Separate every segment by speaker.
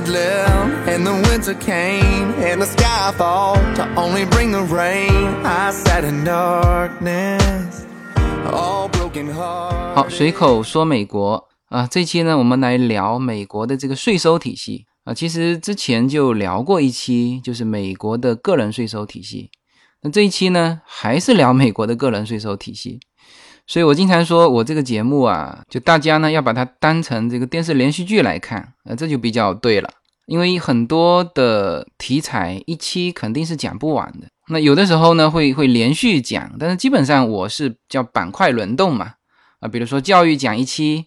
Speaker 1: down and the winter came and the sky fall to only bring the rain. I sat in darkness, all broken
Speaker 2: 好，
Speaker 1: heart.
Speaker 2: 随口说美国啊、这期呢我们来聊美国的这个税收体系啊、其实之前就聊过一期，就是美国的个人税收体系。那这一期呢，还是聊美国的个人税收体系。所以我经常说，我这个节目啊，就大家呢要把它当成这个电视连续剧来看，呃，这就比较对了。因为很多的题材一期肯定是讲不完的，那有的时候呢会会连续讲，但是基本上我是叫板块轮动嘛，啊，比如说教育讲一期，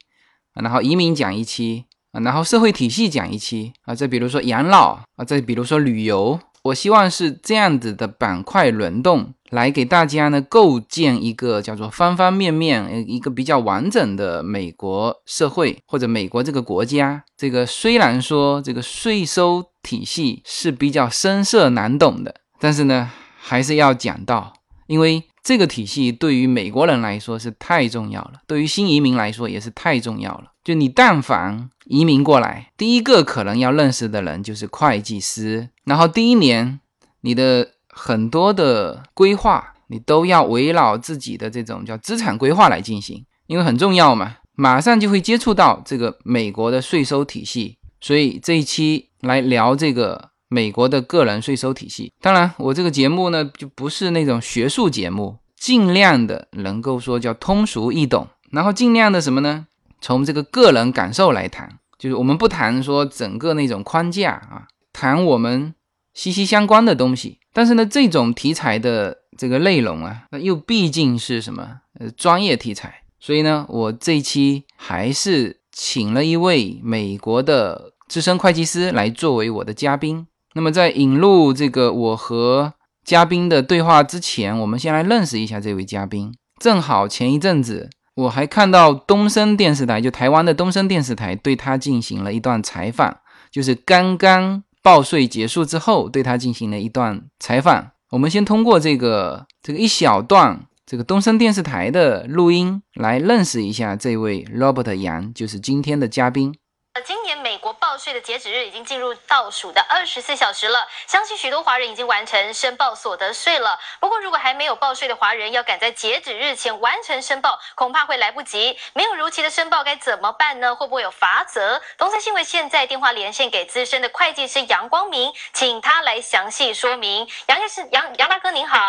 Speaker 2: 啊然后移民讲一期，啊，然后社会体系讲一期，啊，再比如说养老，啊，再比如说旅游，我希望是这样子的板块轮动，来给大家呢构建一个叫做方方面面，呃一个比较完整的美国社会或者美国这个国家。这个虽然说这个税收体系是比较深涩难懂的，但是呢，还是要讲到。因为这个体系对于美国人来说是太重要了，对于新移民来说也是太重要了。就你但凡移民过来，第一个可能要认识的人就是会计师，然后第一年你的很多的规划，你都要围绕自己的这种叫资产规划来进行，因为很重要嘛，马上就会接触到这个美国的税收体系，所以这一期来聊这个美国的个人税收体系。当然，我这个节目呢，就不是那种学术节目，尽量的能够说叫通俗易懂，然后尽量的什么呢？从这个个人感受来谈，就是我们不谈说整个那种框架啊，谈我们息息相关的东西。但是呢，这种题材的这个内容啊，那又毕竟是什么呃专业题材，所以呢，我这一期还是请了一位美国的资深会计师来作为我的嘉宾。那么在引入这个我和嘉宾的对话之前，我们先来认识一下这位嘉宾。正好前一阵子我还看到东森电视台，就台湾的东森电视台对他进行了一段采访，就是刚刚报税结束之后对他进行了一段采访。我们先通过这个这个一小段这个东森电视台的录音来认识一下这位 Robert 杨，就是今天的嘉宾。
Speaker 3: 呃，今年美国报税的截止日已经进入倒数的二十四小时了，相信许多华人已经完成申报所得税了。不过，如果还没有报税的华人要赶在截止日前完成申报，恐怕会来不及。没有如期的申报该怎么办呢？会不会有罚则？东森新闻现在电话连线给资深的会计师杨光明，请他来详细说明。杨律师，杨杨大哥您好，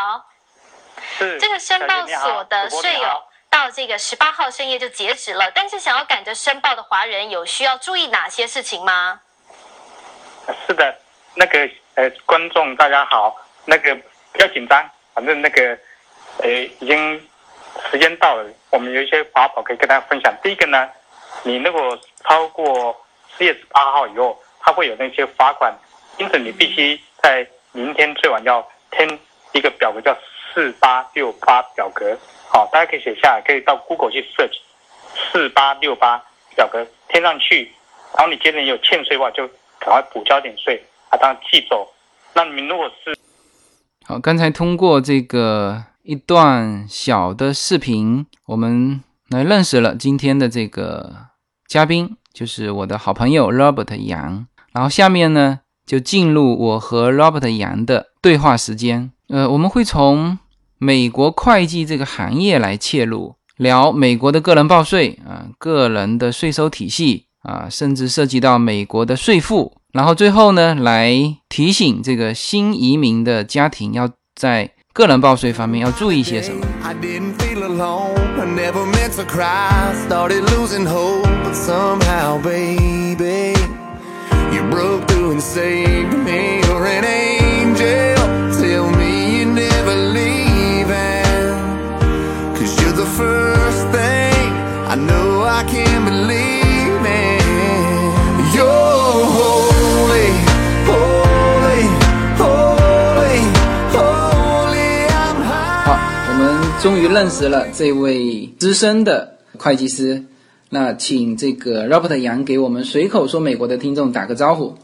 Speaker 4: 是
Speaker 3: 这个申报所得税哦。，到这个十八号深夜就截止了，但是想要赶着申报的华人有需要注意哪些事情吗？
Speaker 4: 小姐你好呃是的，那个呃，观众大家好，那个不要紧张，反正那个呃已经时间到了，我们有一些法宝可以跟大家分享。第一个呢，你如果超过四月十八号以后，它会有那些罚款，因此你必须在明天最晚要填一个表格叫四八六八表格，好，大家可以写下来，可以到 Google 去 search 四八六八表格填上去，然后你接着你有欠税的话，就赶快补交点税，啊把它寄走。那你们如果是
Speaker 2: 好，刚才通过这个一段小的视频，我们来认识了今天的这个嘉宾，就是我的好朋友 Robert 杨。然后下面呢，就进入我和 Robert 杨的对话时间。呃，我们会从美国会计这个行业来切入，聊美国的个人报税啊、个人的税收体系啊、甚至涉及到美国的税负。然后最后呢，来提醒这个新移民的家庭要在个人报税方面要注意一些什么。
Speaker 1: I didn't feel alone. I never meant to cry. Started losing hope, but somehow, baby, you broke through and saved me. You're an angel. Tell me you're never leaving. Cause you're the first thing I know I can believe in. You're holy, holy, holy, holy. I'm
Speaker 2: 好
Speaker 1: high.，
Speaker 2: 我们终于认识了这位资深的会计师。那请这个 Robert 杨给我们随口说美国的听众打个招呼。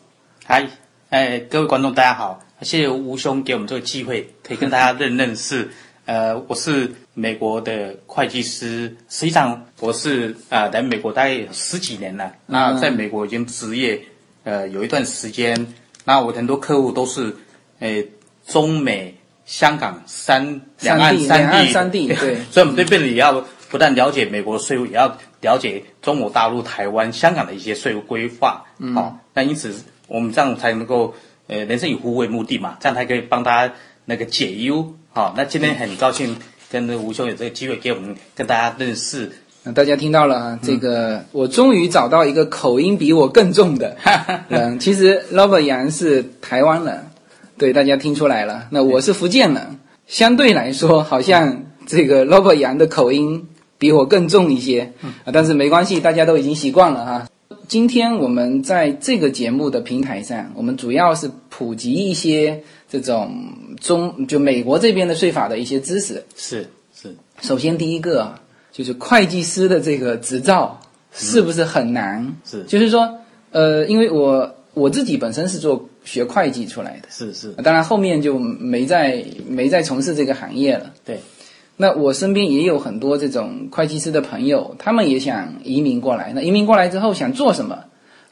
Speaker 5: 嗨，哎，各位观众大家好，谢谢吴兄给我们这个机会，可以跟大家认认识。呃，我是美国的会计师，实
Speaker 2: 嗯
Speaker 5: 际上我是啊、呃来美国大概有十几年了，那在美国已经职业呃有一段时间，那我很多客户都是，诶、中美、香港三两岸
Speaker 2: 三地
Speaker 5: 三
Speaker 2: 两岸三 地对
Speaker 5: 所以我们这边也要不但了解美国的税务，也要了解中国大陆、台湾、香港的一些税务规划。嗯，好、那因此我们这样才能够，呃，人生以乎为目的嘛，这样才可以帮大家那个解忧。好、那今天很高兴跟吴兄有这个机会给我们跟大家认识。
Speaker 2: 那大家听到了啊，这个我终于找到一个口音比我更重的人。其实 Robert 杨是台湾人，对，大家听出来了。那我是福建人，相对来说好像这个 Robert 杨的口音比我更重一些啊，但是没关系，大家都已经习惯了哈。今天我们在这个节目的平台上，我们主要是普及一些这种中就美国这边的税法的一些知识。
Speaker 5: 是是，
Speaker 2: 首先第一个啊就是会计师的这个执照是不是很难？
Speaker 5: 是
Speaker 2: 就是说，呃，因为我我自己本身是做学会计出来的，
Speaker 5: 是是，
Speaker 2: 当然后面就没在没再从事这个行业了。
Speaker 5: 对，
Speaker 2: 那我身边也有很多这种会计师的朋友，他们也想移民过来。那移民过来之后想做什么？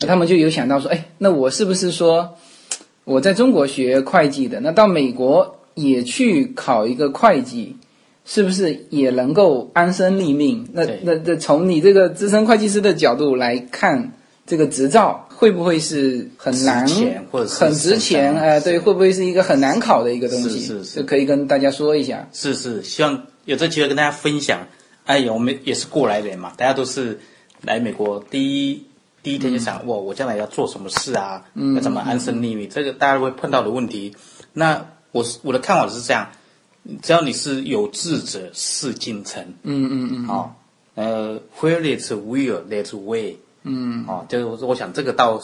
Speaker 2: 那他们就有想到说，哎，那我是不是说我在中国学会计的，那到美国也去考一个会计，是不是也能够安身立命？那
Speaker 5: 对
Speaker 2: 那那从你这个资深会计师的角度来看，这个执照会不会是很难
Speaker 5: 值钱或者是
Speaker 2: 很值钱？
Speaker 5: 很难
Speaker 2: 呃，对，会不会是一个很难考的一个东西？
Speaker 5: 是是是
Speaker 2: 这可以跟大家说一下。
Speaker 5: 是是，希望有这机会跟大家分享。哎呀，我们也是过来人嘛，大家都是来美国第一第一天就
Speaker 2: 嗯
Speaker 5: 想，哇，我将来要做什么事啊？要怎么安身立命？这个大家会碰到的问题。那我是我的看法是这样，只要你是有志者事竟成。
Speaker 2: 嗯嗯嗯，
Speaker 5: 好、呃，where there's will, there's way。嗯，哦，就是我我想这个到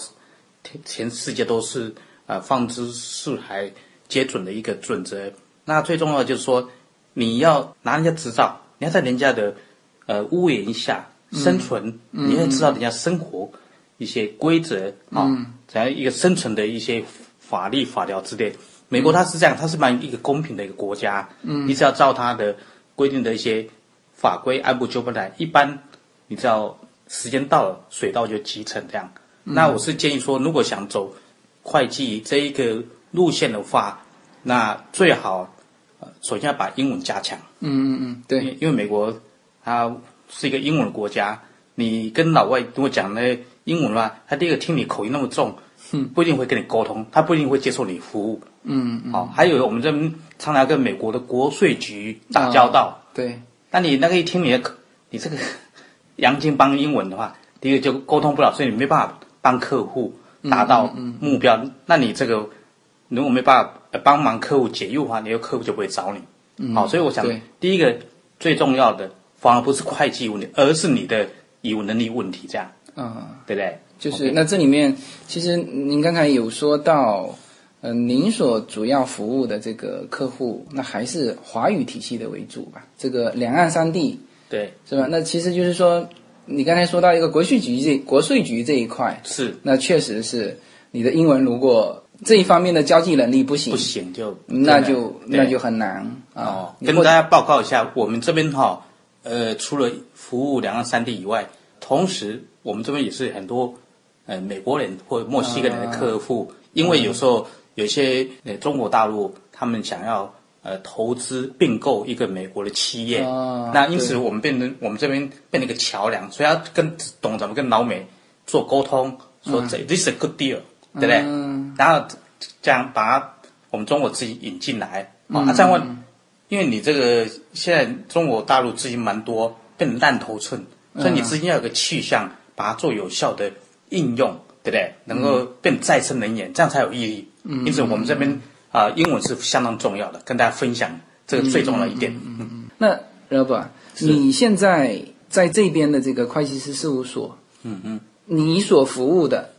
Speaker 5: 全全世界都是呃放之四海皆准的一个准则。那最重要的就是说，你要拿人家执照，你要在人家的呃屋檐下生存，你要知道人家生活一些规则啊，怎样、一个生存的一些法律法条之类。美国它是这样，它是蛮一个公平的一个国家，嗯，你只要照它的规定的一些法规按部就班来。一般你知道时间到了，水到就渠成这样。那我是建议说，如果想走会计这一个路线的话，那最好、呃首先要把英文加强，
Speaker 2: 嗯嗯嗯，
Speaker 5: 因
Speaker 2: 对，
Speaker 5: 为因为美国它是一个英文国家，你跟老外如果讲那英文的话，他第一个听你口音那么重，不一定会跟你沟通，他不一定会接受你服务。
Speaker 2: 嗯嗯，
Speaker 5: 好、还有我们这边常常跟美国的国税局打
Speaker 2: 啊
Speaker 5: 交
Speaker 2: 嗯
Speaker 5: 道。
Speaker 2: 对，
Speaker 5: 那你那个一听你的口，你这个 洋泾浜英文的话，第一个就沟通不了，所以你没办法帮客户
Speaker 2: 嗯
Speaker 5: 达到目标。那你这个如果没办法呃帮忙客户解忧的话，你的客户就不会找你。好，所以我想
Speaker 2: 嗯对
Speaker 5: 第一个最重要的反而不是会计问题，而是你的语文能力问题，这样
Speaker 2: 嗯、
Speaker 5: 对不对？
Speaker 2: 就是、
Speaker 5: OK
Speaker 2: 那这里面，其实您刚才有说到，呃，您所主要服务的这个客户，那还是华语体系的为主吧？这个两岸三地
Speaker 5: 对
Speaker 2: 是吧？那其实就是说，你刚才说到一个国税局这国税局这一块，
Speaker 5: 是
Speaker 2: 那确实是你的英文如果这一方面的交际能力不行，
Speaker 5: 不行就
Speaker 2: 那就
Speaker 5: 对
Speaker 2: 那就很难啊。
Speaker 5: 哦，
Speaker 2: 你
Speaker 5: 跟
Speaker 2: 或
Speaker 5: 大家报告一下，我们这边哈、呃，除了服务两岸三地以外，同时我们这边也是很多呃美国人或墨西哥人的
Speaker 2: 啊
Speaker 5: 客户，因为有时候有些呃中国大陆他们想要呃投资并购一个美国的企业，
Speaker 2: 啊
Speaker 5: 那因此
Speaker 2: 对
Speaker 5: 我们变成我们这边变成一个桥梁，所以要跟懂怎么跟老美做沟通，说这、this is a good deal，对不对？
Speaker 2: 嗯
Speaker 5: 然后这样把它我们中国自己引进来、
Speaker 2: 嗯
Speaker 5: 啊，这样会因为你这个现在中国大陆资金蛮多，变成烂头寸，
Speaker 2: 嗯
Speaker 5: 所以你资金要有个去向，把它做有效的应用，对不对？能够
Speaker 2: 嗯
Speaker 5: 变再生能源，这样才有意义。因此我们这边啊、英文是相当重要的，跟大家分享这个最重要的一点。嗯
Speaker 2: 那 Robert，你现在在这边的这个会计师事务所，
Speaker 5: 嗯嗯，
Speaker 2: 你所服务的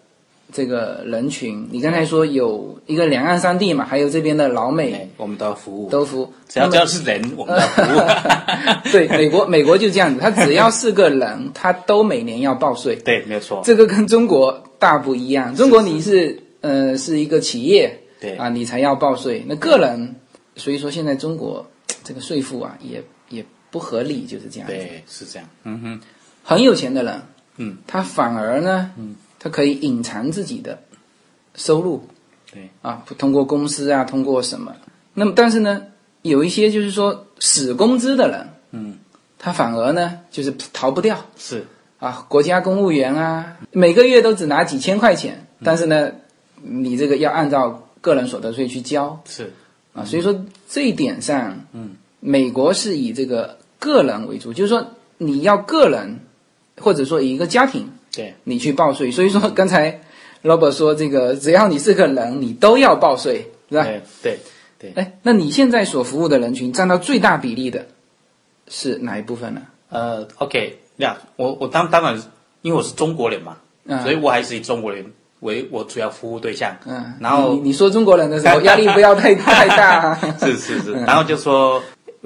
Speaker 2: 这个人群，你刚才说有一个两岸三地嘛，还有这边的老
Speaker 5: 哎
Speaker 2: 美
Speaker 5: 我们都要服务，
Speaker 2: 嗯都服务。
Speaker 5: 只
Speaker 2: 那
Speaker 5: 要
Speaker 2: 么。
Speaker 5: 只要是人，我们都要服 务
Speaker 2: 对美国，美国就这样子，他只要是个人，他都每年要报税。
Speaker 5: 对，没有错。
Speaker 2: 这个跟中国大不一样，中国你是呃是一个企业，
Speaker 5: 对
Speaker 2: 啊，你才要报税。那个人，所以说现在中国这个税负啊，也也不合理，就是这样子。
Speaker 5: 对，是这样。嗯哼，
Speaker 2: 很有钱的人，
Speaker 5: 嗯，
Speaker 2: 他反而呢，嗯，他可以隐藏自己的收入，
Speaker 5: 对
Speaker 2: 啊，通过公司啊，通过什么？那么但是呢，有一些就是说死工资的人，
Speaker 5: 嗯，
Speaker 2: 他反而呢就是逃不掉
Speaker 5: 是
Speaker 2: 啊，国家公务员啊，每个月都只拿几千块钱，
Speaker 5: 嗯
Speaker 2: 但是呢，你这个要按照个人所得税去交
Speaker 5: 是
Speaker 2: 啊，所以说这一点上，
Speaker 5: 嗯，
Speaker 2: 美国是以这个个人为主，就是说你要个人，或者说以一个家庭，
Speaker 5: 对
Speaker 2: 你去报税。所以说刚才 Robert 说这个，只要你是个人，你都要报税，是吧？
Speaker 5: 对对
Speaker 2: 哎，那你现在所服务的人群占到最大比例的是哪一部分呢？
Speaker 5: 呃，OK，那我我当当然，因为我是中国人嘛，
Speaker 2: 嗯
Speaker 5: 所以我还是以中国人为我主要服务对象。
Speaker 2: 嗯，
Speaker 5: 然后
Speaker 2: 你你说中国人的 时候，压力不要太 太大、啊。
Speaker 5: 是是 是，然后就说，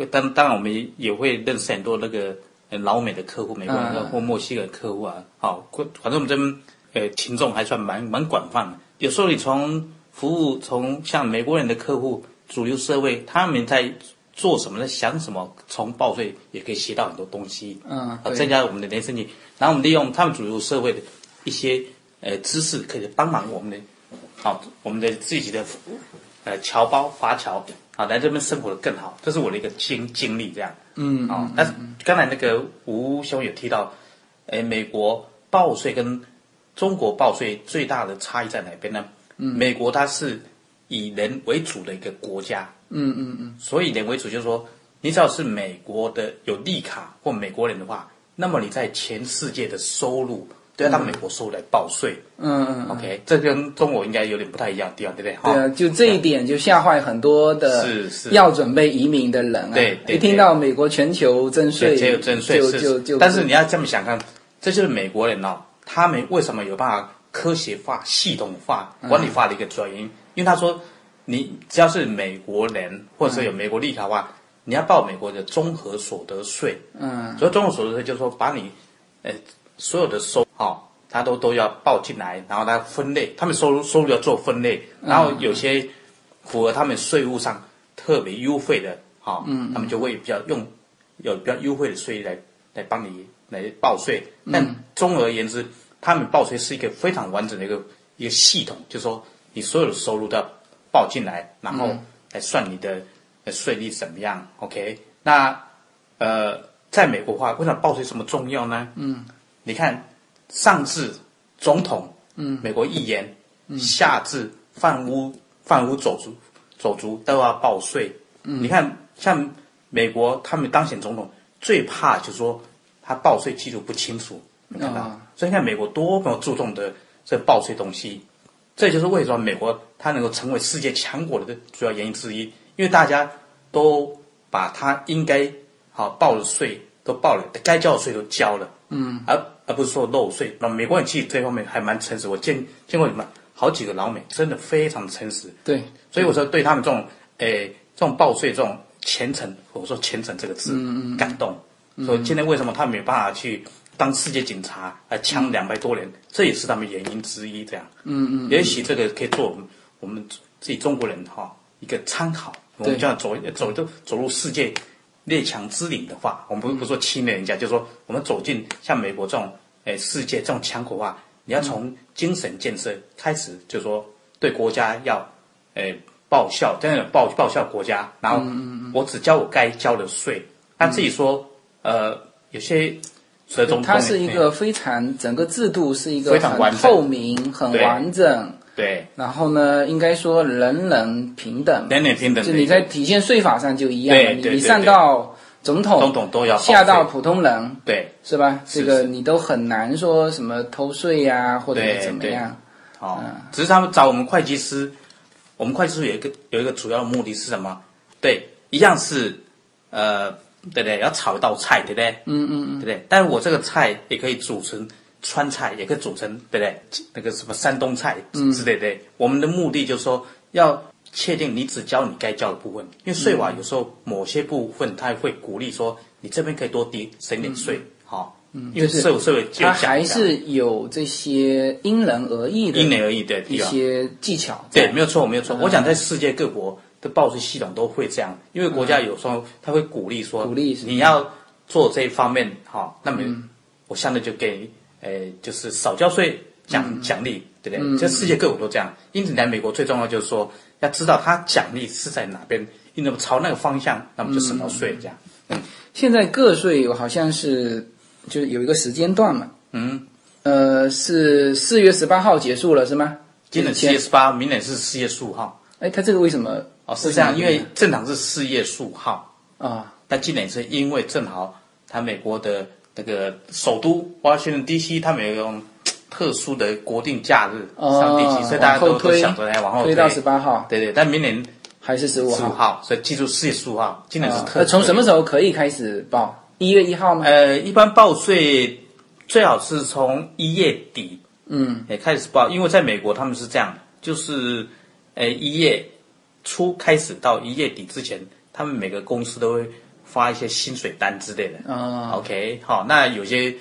Speaker 5: 当当然我们也会认识很多那个呃老美的客户、美国
Speaker 2: 嗯
Speaker 5: 人客户、墨西哥人客户啊。好，反正我们这边呃群众还算蛮蛮广泛的。有时候你从服务从像美国人的客户、主流社会，他们在做什么、在想什么，从报税也可以学到很多东西。
Speaker 2: 嗯
Speaker 5: 啊
Speaker 2: 对
Speaker 5: 增加我们的人生力。然后我们利用他们主流社会的一些呃知识，可以帮忙我们的好我们的自己的呃侨胞华侨啊，来这边生活的更好，这是我的一个经经历这样。
Speaker 2: 嗯，
Speaker 5: 啊、但是刚才那个吴兄有提到，哎，美国报税跟中国报税最大的差异在哪边呢？嗯，美国它是以人为主的一个国家，
Speaker 2: 嗯嗯嗯，
Speaker 5: 所以人为主就是说，你只要是美国的有利卡或美国人的话，那么你在全世界的收入都要到美国收入来报税。
Speaker 2: 嗯，
Speaker 5: OK，这跟中国应该有点不太一样的地方，对不对？哈
Speaker 2: 对啊，就这一点就吓坏很多的
Speaker 5: 是是
Speaker 2: 要准备移民的人啊。
Speaker 5: 对对
Speaker 2: 一听到美国全球征税，
Speaker 5: 只有征税
Speaker 2: 就是就就，
Speaker 5: 但是你要这么想看，这就是美国人哦，他们为什么有办法科学化、系统化、
Speaker 2: 嗯
Speaker 5: 管理化的一个转因？因为他说，你只要是美国人或者是有美国利卡的话，你要报美国的综合所得税。
Speaker 2: 嗯
Speaker 5: 所以综合所得税就是说，把你呃所有的收哦，他都都要报进来，然后他分类，他们收入收入要做分类，然后有些符合他们税务上特别优惠的，好、嗯，他们就会比较用有比较优惠的税来来帮你来报税。但综而言之，他们报税是一个非常完整的一个一个系统，就是说你所有的收入都要报进来，然后来算你的呃税率怎么样。OK，那呃，在美国的话，为什么报税这么重要呢？嗯，你看上至总统，嗯，美国议员，嗯，下至贩屋贩屋走卒走卒都要报税。嗯，你看像美国他们当选总统最怕就是说他报税记录不清楚，你看到？
Speaker 2: 啊
Speaker 5: 所以你看美国多么注重的这报税东西，这就是为什么美国它能够成为世界强国的主要原因之一，因为大家都把它应该好报的税都报了，该交的税都交了，嗯，而而不是说漏税。那美国人其实这方面还蛮诚实，我见见过你们好几个老美，真的非常诚实。
Speaker 2: 对，
Speaker 5: 所以我说对他们这种诶这种报税这种虔诚，我说虔诚这个字、感动。所以今天为什么他没办法去当世界警察来枪两百多人，这也是他们原因之一。这样，嗯嗯，也许这个可以做我们我们自己中国人哈、一个参考。我们
Speaker 2: 对
Speaker 5: 就要走走走走入世界列强之林的话，我们不不说侵略人家，就是说我们走进像美国这种诶世界这种强国化，你要从精神建设开始，就是说对国家要诶报效，真的报报效国家，然
Speaker 2: 嗯
Speaker 5: 后我只交我该交的税。他自己说，呃，有些所以总
Speaker 2: 它
Speaker 5: 统
Speaker 2: 是一
Speaker 5: 也
Speaker 2: 个非常整个制度是一个
Speaker 5: 非常
Speaker 2: 很
Speaker 5: 完整
Speaker 2: 透明、很
Speaker 5: 对
Speaker 2: 完整，
Speaker 5: 对
Speaker 2: 然后呢，应该说人人平等，
Speaker 5: 人人平等的
Speaker 2: 就
Speaker 5: 一个，
Speaker 2: 你在体现税法上就一样了，
Speaker 5: 对
Speaker 2: 你
Speaker 5: 对
Speaker 2: 你
Speaker 5: 对
Speaker 2: 上
Speaker 5: 对
Speaker 2: 到总统，
Speaker 5: 总统都要报
Speaker 2: 下到
Speaker 5: 税
Speaker 2: 普通人，
Speaker 5: 对
Speaker 2: 是吧？这
Speaker 5: 是
Speaker 2: 个
Speaker 5: 是
Speaker 2: 你都很难说什么偷税呀、或者是
Speaker 5: 对
Speaker 2: 怎么
Speaker 5: 对
Speaker 2: 样，
Speaker 5: 哦，只是他们找我们会计师，我们会计师有一个有一个主要的目的是什么？对，一样是呃，对不对？要炒一道菜，对不对？嗯嗯嗯，对不对？但是我这个菜也可以煮成川菜，也可以煮成对不对？那个什么山东菜之类的。我们的目的就是说要。确定你只交你该交的部分，因为税法有时候某些部分它会鼓励说你这边可以多抵省点税，好、因为
Speaker 2: 就是
Speaker 5: 税务税务就
Speaker 2: 它
Speaker 5: 讲一
Speaker 2: 还
Speaker 5: 下
Speaker 2: 是有这些因人而异的
Speaker 5: 因人而异的
Speaker 2: 一
Speaker 5: 地方。
Speaker 2: 些技巧在。
Speaker 5: 对，没有错，没有
Speaker 2: 嗯
Speaker 5: 错。我想在世界各国的报税系统都会这样，因为国家有时候他会鼓励说，
Speaker 2: 鼓励是嗯
Speaker 5: 你要做这一方面，哈、那么我相对就给你，呃，就是少交税，奖、奖
Speaker 2: 嗯
Speaker 5: 励，对不对？这世界各国都这样。因此，来美国最重要就是说，要知道它奖励是在哪边，你怎么朝那个方向，那么就省到税这样。
Speaker 2: 现在个税好像是就是有一个时间段嘛，
Speaker 5: 嗯，
Speaker 2: 呃，是四月十八号结束了是吗？
Speaker 5: 今年七月十八，明年是四月十五号。
Speaker 2: 哎，他这个为什么？
Speaker 5: 哦，是这样，因为
Speaker 2: 啊、
Speaker 5: 正常是四月十五号，但今年是因为正好它美国的那个首都华盛顿 D.C. 他们有一种特殊的国定假日
Speaker 2: 哦
Speaker 5: 上 D.C.，所以大
Speaker 2: 往
Speaker 5: 家都
Speaker 2: 后
Speaker 5: 都
Speaker 2: 推
Speaker 5: 想着来往后
Speaker 2: 推到十八号
Speaker 5: 对对，但明年
Speaker 2: 还是十五
Speaker 5: 十五
Speaker 2: 号？
Speaker 5: 号，所以记住四月十五号，今年是
Speaker 2: 啊
Speaker 5: 特。
Speaker 2: 那从什么时候可以开始报？一月一号吗？
Speaker 5: 呃，一般报税最好是从一月底
Speaker 2: 嗯
Speaker 5: 也开始报，因为在美国他们是这样的，就是呃一月初开始到一月底之前，他们每个公司都会发一些薪水单之类的。
Speaker 2: 啊
Speaker 5: OK，好，那有些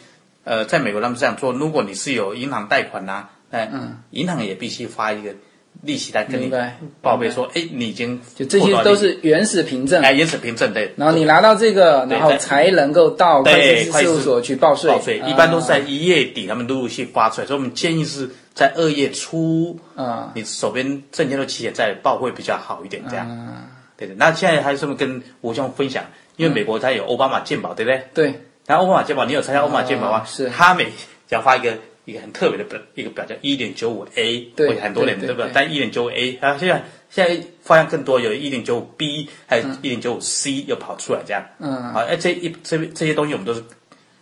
Speaker 5: 呃，在美国他们这样做，如果你是有银行贷款呐、那、银行也必须发一个利息单跟
Speaker 2: 嗯明
Speaker 5: 你
Speaker 2: 白
Speaker 5: 报备说，哎，你已经
Speaker 2: 就这
Speaker 5: 过
Speaker 2: 些
Speaker 5: 到
Speaker 2: 都
Speaker 5: 利息
Speaker 2: 是原始凭证。
Speaker 5: 哎原始凭证对。
Speaker 2: 然后你拿到这个，
Speaker 5: 对
Speaker 2: 然后
Speaker 5: 在
Speaker 2: 才能够到会计
Speaker 5: 对
Speaker 2: 师事务所去报税。啊
Speaker 5: 报税一般都是在一月底，他们陆陆续发出来，所以我们建议是在二月初，
Speaker 2: 啊
Speaker 5: 你手边证件都齐全再报会比较好一点，这样。
Speaker 2: 啊
Speaker 5: 对的，那现在还顺便跟吴兄分享，因为美国它有奥巴马健保，对不对？
Speaker 2: 对，
Speaker 5: 然后奥巴马健保，你有参加奥巴马健保吗？
Speaker 2: 哦是
Speaker 5: 他每要发一个一个很特别的表，一个表叫一点九五 A，
Speaker 2: 对
Speaker 5: 很多人
Speaker 2: 对对
Speaker 5: 对不对
Speaker 2: 对？
Speaker 5: 但一点九五 A，然后现在现在发现更多，有一点九五 B，还有一点九五 C 又跑出来这样。
Speaker 2: 嗯
Speaker 5: 好，哎，这一这这些东西我们都是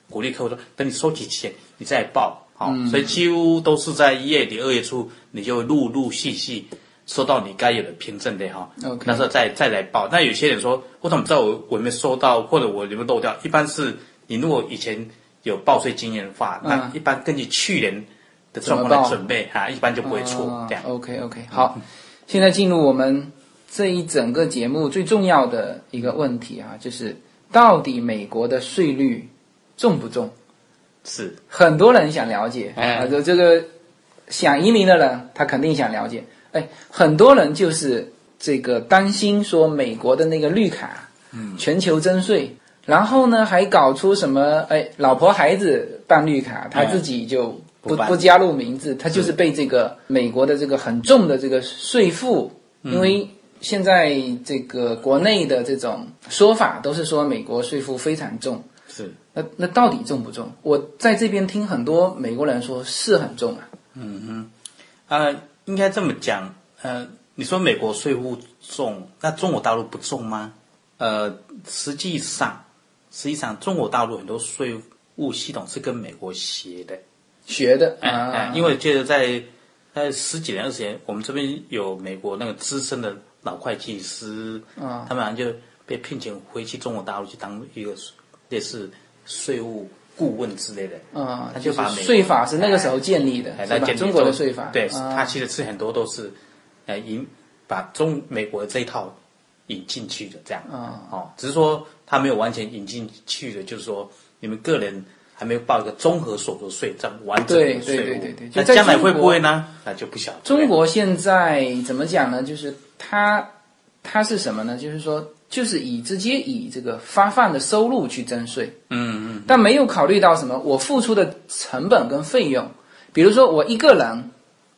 Speaker 5: 鼓励客户说，等你收集钱你再报。好、
Speaker 2: 嗯
Speaker 5: 所以几乎都是在一月底二月初，你就陆陆续续收到你该有的凭证的哈。
Speaker 2: OK
Speaker 5: 那时候再再来报。那有些人说，我怎么知道我我有没有收到，或者我有没有漏掉？一般是你如果以前有报税经验的话，那
Speaker 2: 嗯
Speaker 5: 一般根据去年的状况
Speaker 2: 怎么报嗯
Speaker 5: 来准备啊，一般就不会错。这样
Speaker 2: OK OK，好，现在进入我们这一整个节目最重要的一个问题啊，就是到底美国的税率重不重？
Speaker 5: 是
Speaker 2: 很多人想了解，
Speaker 5: 哎
Speaker 2: 啊，这这个想移民的人，他肯定想了解。哎，很多人就是这个担心说美国的那个绿卡，嗯，全球征税，然后呢还搞出什么哎，老婆孩子办绿卡，他
Speaker 5: 哎
Speaker 2: 自己就不
Speaker 5: 不办
Speaker 2: 不加入名字，他就是被这个美国的这个很重的这个税负，
Speaker 5: 嗯
Speaker 2: 因为。现在这个国内的这种说法都是说美国税负非常重，
Speaker 5: 是，
Speaker 2: 那那到底重不重？我在这边听很多美国人说是很重啊，
Speaker 5: 呃，应该这么讲，呃，你说美国税负重，那中国大陆不重吗？呃，实际上，实际上中国大陆很多税务系统是跟美国学的，
Speaker 2: 学的
Speaker 5: 哎
Speaker 2: 啊，
Speaker 5: 哎，因为觉得在在十几年、二十年，我们这边有美国那个资深的老会计师，
Speaker 2: 啊
Speaker 5: 他们好像就被聘请回去中国大陆去当一个类似税务顾问之类的，
Speaker 2: 啊，
Speaker 5: 他
Speaker 2: 就
Speaker 5: 就是把美国
Speaker 2: 税法是那个时候建立的，
Speaker 5: 哎，
Speaker 2: 是
Speaker 5: 那
Speaker 2: 吧？
Speaker 5: 建立
Speaker 2: 中国的
Speaker 5: 中
Speaker 2: 税法，
Speaker 5: 对，
Speaker 2: 啊
Speaker 5: 它其实是很多都是，呃，引把中美国的这一套引进去的这样，
Speaker 2: 啊
Speaker 5: 哦，只是说它没有完全引进去的，就是说你们个人还没有报一个综合所得税这样完整
Speaker 2: 对
Speaker 5: 的
Speaker 2: 对
Speaker 5: 税务，
Speaker 2: 对对对就
Speaker 5: 那
Speaker 2: 在
Speaker 5: 将来
Speaker 2: 中国
Speaker 5: 会不会呢？那就不晓得。
Speaker 2: 中国现在怎么讲呢？就是它它是什么呢？就是说，就是以直接以这个发放的收入去征税，
Speaker 5: 嗯，嗯
Speaker 2: 但没有考虑到什么我付出的成本跟费用，比如说我一个人，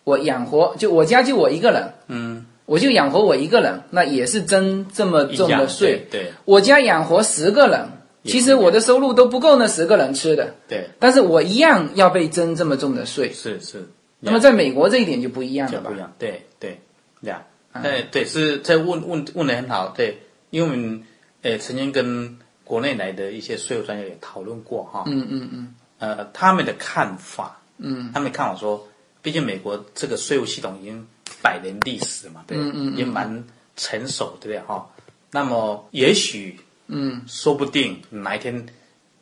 Speaker 2: 我养活就我家就我一个人，
Speaker 5: 嗯，
Speaker 2: 我就养活我一个人，那也是征这么
Speaker 5: 一
Speaker 2: 重
Speaker 5: 样
Speaker 2: 的税。
Speaker 5: 对对
Speaker 2: 我家养活十个人，其实我的收入都不够那十个人吃的，
Speaker 5: 对，
Speaker 2: 但是我一样要被征这么重的税。
Speaker 5: 是是。
Speaker 2: 那么在美国这一点就不一样
Speaker 5: 就
Speaker 2: 了
Speaker 5: 不
Speaker 2: 吧嗯
Speaker 5: 一？样，对对，对啊，对对是这问问问的很好，对，因为我们呃曾经跟国内来的一些税务专家也讨论过哈，
Speaker 2: 嗯嗯嗯
Speaker 5: 呃他们的看法，
Speaker 2: 嗯，
Speaker 5: 他们看法说，毕竟美国这个税务系统已经百年历史嘛，对，
Speaker 2: 嗯嗯嗯
Speaker 5: 也蛮成熟，对不对哈？那么也许
Speaker 2: 嗯，
Speaker 5: 说不定哪一天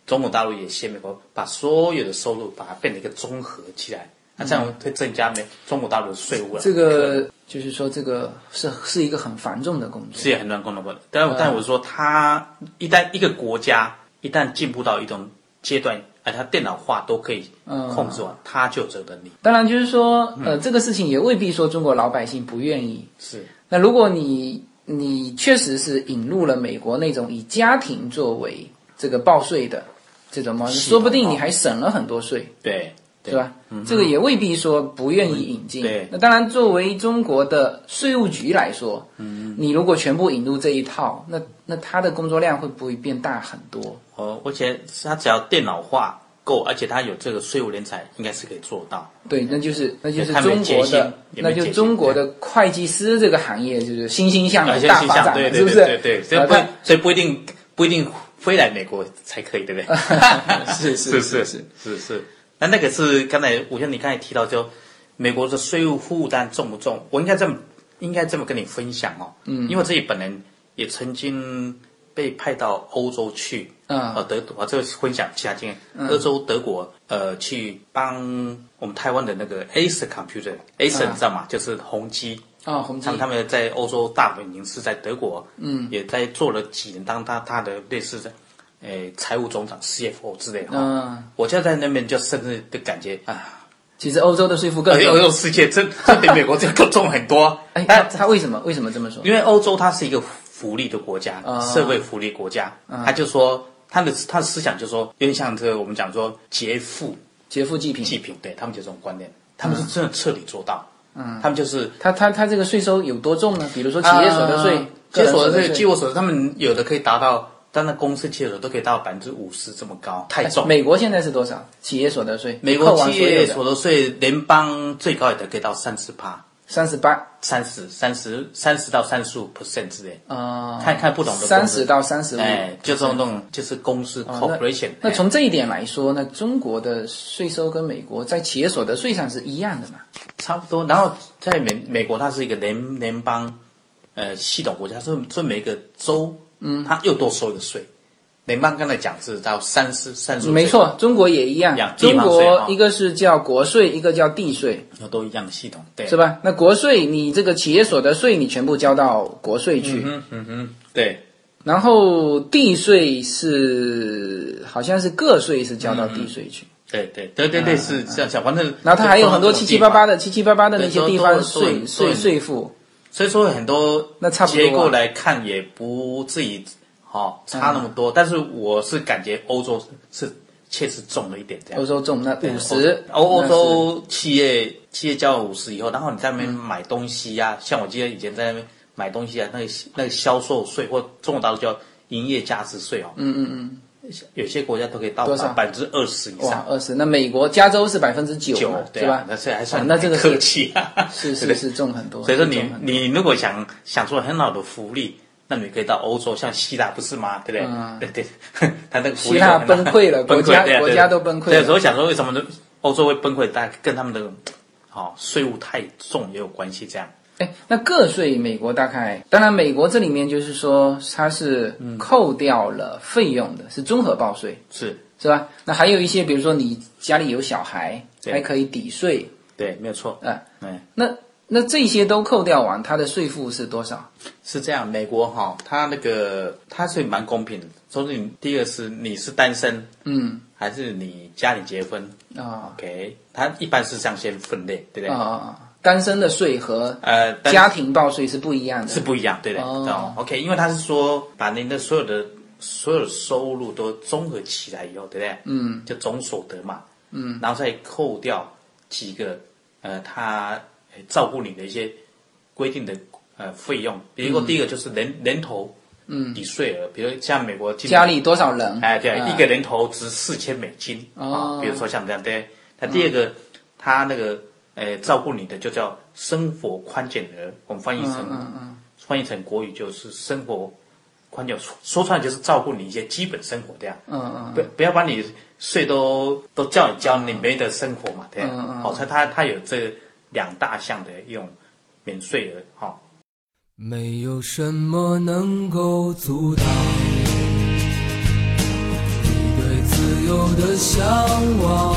Speaker 5: 中国大陆也学美国，把所有的收入把它变成一个综合起来，那这样会增加美中国大陆的税务了。啊
Speaker 2: 这个就是说这个是是一个很繁重的工作。
Speaker 5: 是也很难共同过的。但、但我说，它一旦一个国家一旦进步到一种阶段，哎，它电脑化都可以
Speaker 2: 嗯
Speaker 5: 控制完，它就有这个能力。
Speaker 2: 当然就是说，
Speaker 5: 嗯
Speaker 2: 呃，这个事情也未必说中国老百姓不愿意，
Speaker 5: 是
Speaker 2: 那如果你你确实是引入了美国那种以家庭作为这个报税的这种模式，
Speaker 5: 系统
Speaker 2: 说不定你还省了很多税。
Speaker 5: 哦对，嗯
Speaker 2: 是吧？这个也未必说不愿意引进。
Speaker 5: 对
Speaker 2: 那当然，作为中国的税务局来说，嗯，你如果全部引入这一套，那那他的工作量会不会变大很多？
Speaker 5: 哦，而且它只要电脑化够，而且它有这个税务人才，应该是可以做到。
Speaker 2: 对，那就是那就是
Speaker 5: 也看没
Speaker 2: 中
Speaker 5: 戒
Speaker 2: 国
Speaker 5: 心
Speaker 2: 的，
Speaker 5: 也
Speaker 2: 那
Speaker 5: 没
Speaker 2: 就
Speaker 5: 戒心
Speaker 2: 中国的会计师这个行业就是欣欣向荣
Speaker 5: 而，且
Speaker 2: 大
Speaker 5: 形
Speaker 2: 发
Speaker 5: 象
Speaker 2: 展
Speaker 5: 对
Speaker 2: 了，
Speaker 5: 对
Speaker 2: 是不是？
Speaker 5: 对对对，所以
Speaker 2: 啊
Speaker 5: 不
Speaker 2: 对
Speaker 5: 所以不一定不一定非来美国才可以，对不对？
Speaker 2: 是是
Speaker 5: 是是是是是。那那个是刚才我像你刚才提到就，美国的税务负担重不重？我应该这么应该这么跟你分享哦，嗯，因为我自己本人也曾经被派到欧洲去，
Speaker 2: 嗯
Speaker 5: 呃，德我这个分享其他经验，欧洲德国呃去帮我们台湾的那个 Acer
Speaker 2: 嗯
Speaker 5: Computer，Acer 你知道吗？就是宏基，
Speaker 2: 啊，宏基
Speaker 5: 他们他们在欧洲大本营是在德国，嗯，也在做了几年，当他他的类似的，诶、财务总长 CFO 之类的。
Speaker 2: 嗯，
Speaker 5: 我就在那边就甚至就感觉啊，
Speaker 2: 其实欧洲的税负更
Speaker 5: 哎欧
Speaker 2: 重。。
Speaker 5: 洲世界真这比美国这个重很多
Speaker 2: 哎，他
Speaker 5: 但
Speaker 2: 他为什么为什么这么说？
Speaker 5: 因为欧洲它是一个福利的国家，
Speaker 2: 啊
Speaker 5: 社会福利国家，他就说他的他的思想就说有点像这个我们讲说劫富
Speaker 2: 劫富济贫，
Speaker 5: 济贫，对他们就这种观念，他们是真的彻底做到，嗯，他们就是
Speaker 2: 他他他这个税收有多重呢？比如说企业所得税
Speaker 5: 啊、
Speaker 2: 个
Speaker 5: 企业
Speaker 2: 人
Speaker 5: 所
Speaker 2: 所
Speaker 5: 得税、
Speaker 2: 税
Speaker 5: 据我所知，他们有的可以达到，但那公司企业所得都可以达到百分之五十这么高，太重。
Speaker 2: 美国现在是多少？企业所得税，
Speaker 5: 美国企业
Speaker 2: 所
Speaker 5: 所得税联邦最高也得可以到三十趴，
Speaker 2: 三十八
Speaker 5: 三十、三十、三十到三十五 percent 之类，
Speaker 2: 啊，
Speaker 5: 看看不懂的
Speaker 2: 三十到三十五。
Speaker 5: 哎，就这种那种就是公司
Speaker 2: 啊
Speaker 5: corporation
Speaker 2: 那那
Speaker 5: 哎。
Speaker 2: 从这一点来说呢，中国的税收跟美国在企业所得税上是一样的嘛？
Speaker 5: 差不多。然后在美美国，它是一个联联邦呃系统国家，所以所以每个州，嗯，它又多收一个税。联邦刚才讲是到三十三十，
Speaker 2: 没错，中国也一样
Speaker 5: 一样。
Speaker 2: 中
Speaker 5: 地方税
Speaker 2: 国
Speaker 5: 啊
Speaker 2: 一个是叫国税，一个叫地税，
Speaker 5: 有都一样的系统，对，
Speaker 2: 是？吧？那国税你这个企业所得税你全部交到国税去，
Speaker 5: 嗯对，
Speaker 2: 然后地税是好像是个税是交到地税去，
Speaker 5: 对对对对对，是这样讲，反正。
Speaker 2: 嗯然后它还有很多
Speaker 5: 就
Speaker 2: 七七八八
Speaker 5: 的，
Speaker 2: 的七七八八的那些
Speaker 5: 对
Speaker 2: 地
Speaker 5: 都
Speaker 2: 方
Speaker 5: 都都
Speaker 2: 税
Speaker 5: 很
Speaker 2: 税
Speaker 5: 都很
Speaker 2: 税负，
Speaker 5: 所以说很多
Speaker 2: 那差不多啊
Speaker 5: 结构来看也不至于好差那么
Speaker 2: 嗯
Speaker 5: 多，但是我是感觉欧洲是确实重了一点这样
Speaker 2: 欧。洲重那
Speaker 5: 对
Speaker 2: 五十，
Speaker 5: 欧欧
Speaker 2: 那是
Speaker 5: 洲企业企业交了五十以后，然后你在那边买东西呀、像我记得以前在那边买东西啊，那个那个销售税或中国大陆叫营业价值税哦，嗯嗯嗯，有些国家都可以到
Speaker 2: 多少
Speaker 5: 百分之二十以
Speaker 2: 哇
Speaker 5: 上，。
Speaker 2: 二十，那美国加州是百分之九
Speaker 5: 九
Speaker 2: 嘛，
Speaker 5: 对
Speaker 2: 是
Speaker 5: 啊
Speaker 2: 吧，？
Speaker 5: 那所以还
Speaker 2: 啊
Speaker 5: 算
Speaker 2: 那这个
Speaker 5: 很
Speaker 2: 是
Speaker 5: 客气啊，
Speaker 2: 是
Speaker 5: 对不
Speaker 2: 是
Speaker 5: 对
Speaker 2: 是重很多。
Speaker 5: 所以说你
Speaker 2: 重很多
Speaker 5: 你如果想享受很好的福利，那你可以到欧洲，像希腊不是吗？对不对？
Speaker 2: 嗯
Speaker 5: 对对， 他那个福
Speaker 2: 希
Speaker 5: 利
Speaker 2: 腊
Speaker 5: 很好
Speaker 2: 崩溃了
Speaker 5: 崩
Speaker 2: 国家
Speaker 5: 对啊对啊
Speaker 2: 国家都崩溃了
Speaker 5: 对，所以我想说为什么呢欧洲会崩溃，大概跟他们的好、税务太重也有关系。这样，
Speaker 2: 哎，那个税美国大概，当然美国这里面就是说它是
Speaker 5: 嗯
Speaker 2: 扣掉了费用的，是综合报税，
Speaker 5: 是
Speaker 2: 是吧？那还有一些，比如说你家里有小孩，
Speaker 5: 对
Speaker 2: 还可以抵税，
Speaker 5: 对，没有错。
Speaker 2: 啊。
Speaker 5: 嗯，
Speaker 2: 那那这些都扣掉完，它的税负是多少？
Speaker 5: 是这样，美国哈、它那个它是蛮公平的。说是你第二是你是单身
Speaker 2: 嗯
Speaker 5: 还是你家里结婚
Speaker 2: 啊
Speaker 5: ？OK，它一般是这样先分类，对不对？
Speaker 2: 啊啊啊！单身的税和
Speaker 5: 呃，单
Speaker 2: 家庭报税是不一样的，
Speaker 5: 是不一样，对的，
Speaker 2: 哦
Speaker 5: 哦，OK，因为他是说把您的所有的所有的收入都综合起来以后，对不对？嗯，就总所得嘛，嗯，然后再扣掉几个呃，他呃照顾你的一些规定的呃费用，比如
Speaker 2: 嗯
Speaker 5: 说第一个就是人、人头，嗯，抵税额，比如像美国今
Speaker 2: 家里多少人？
Speaker 5: 哎，对，
Speaker 2: 啊
Speaker 5: 一个人头值四千美金
Speaker 2: 哦
Speaker 5: 啊，比如说像这样对。那第二个，他那个呃照顾你的就叫生活宽减额，我们翻译
Speaker 2: 嗯
Speaker 5: 成翻译成国语就是生活宽减，说说穿了就是照顾你一些基本生活这样。
Speaker 2: 嗯嗯
Speaker 5: 不不要把你税都都叫你交，你没得生活嘛，对不对
Speaker 2: 嗯嗯
Speaker 5: 哦，所以它它有这两大项的一种免税额哈。哦
Speaker 6: 没有什么能够阻挡你对自由的向往。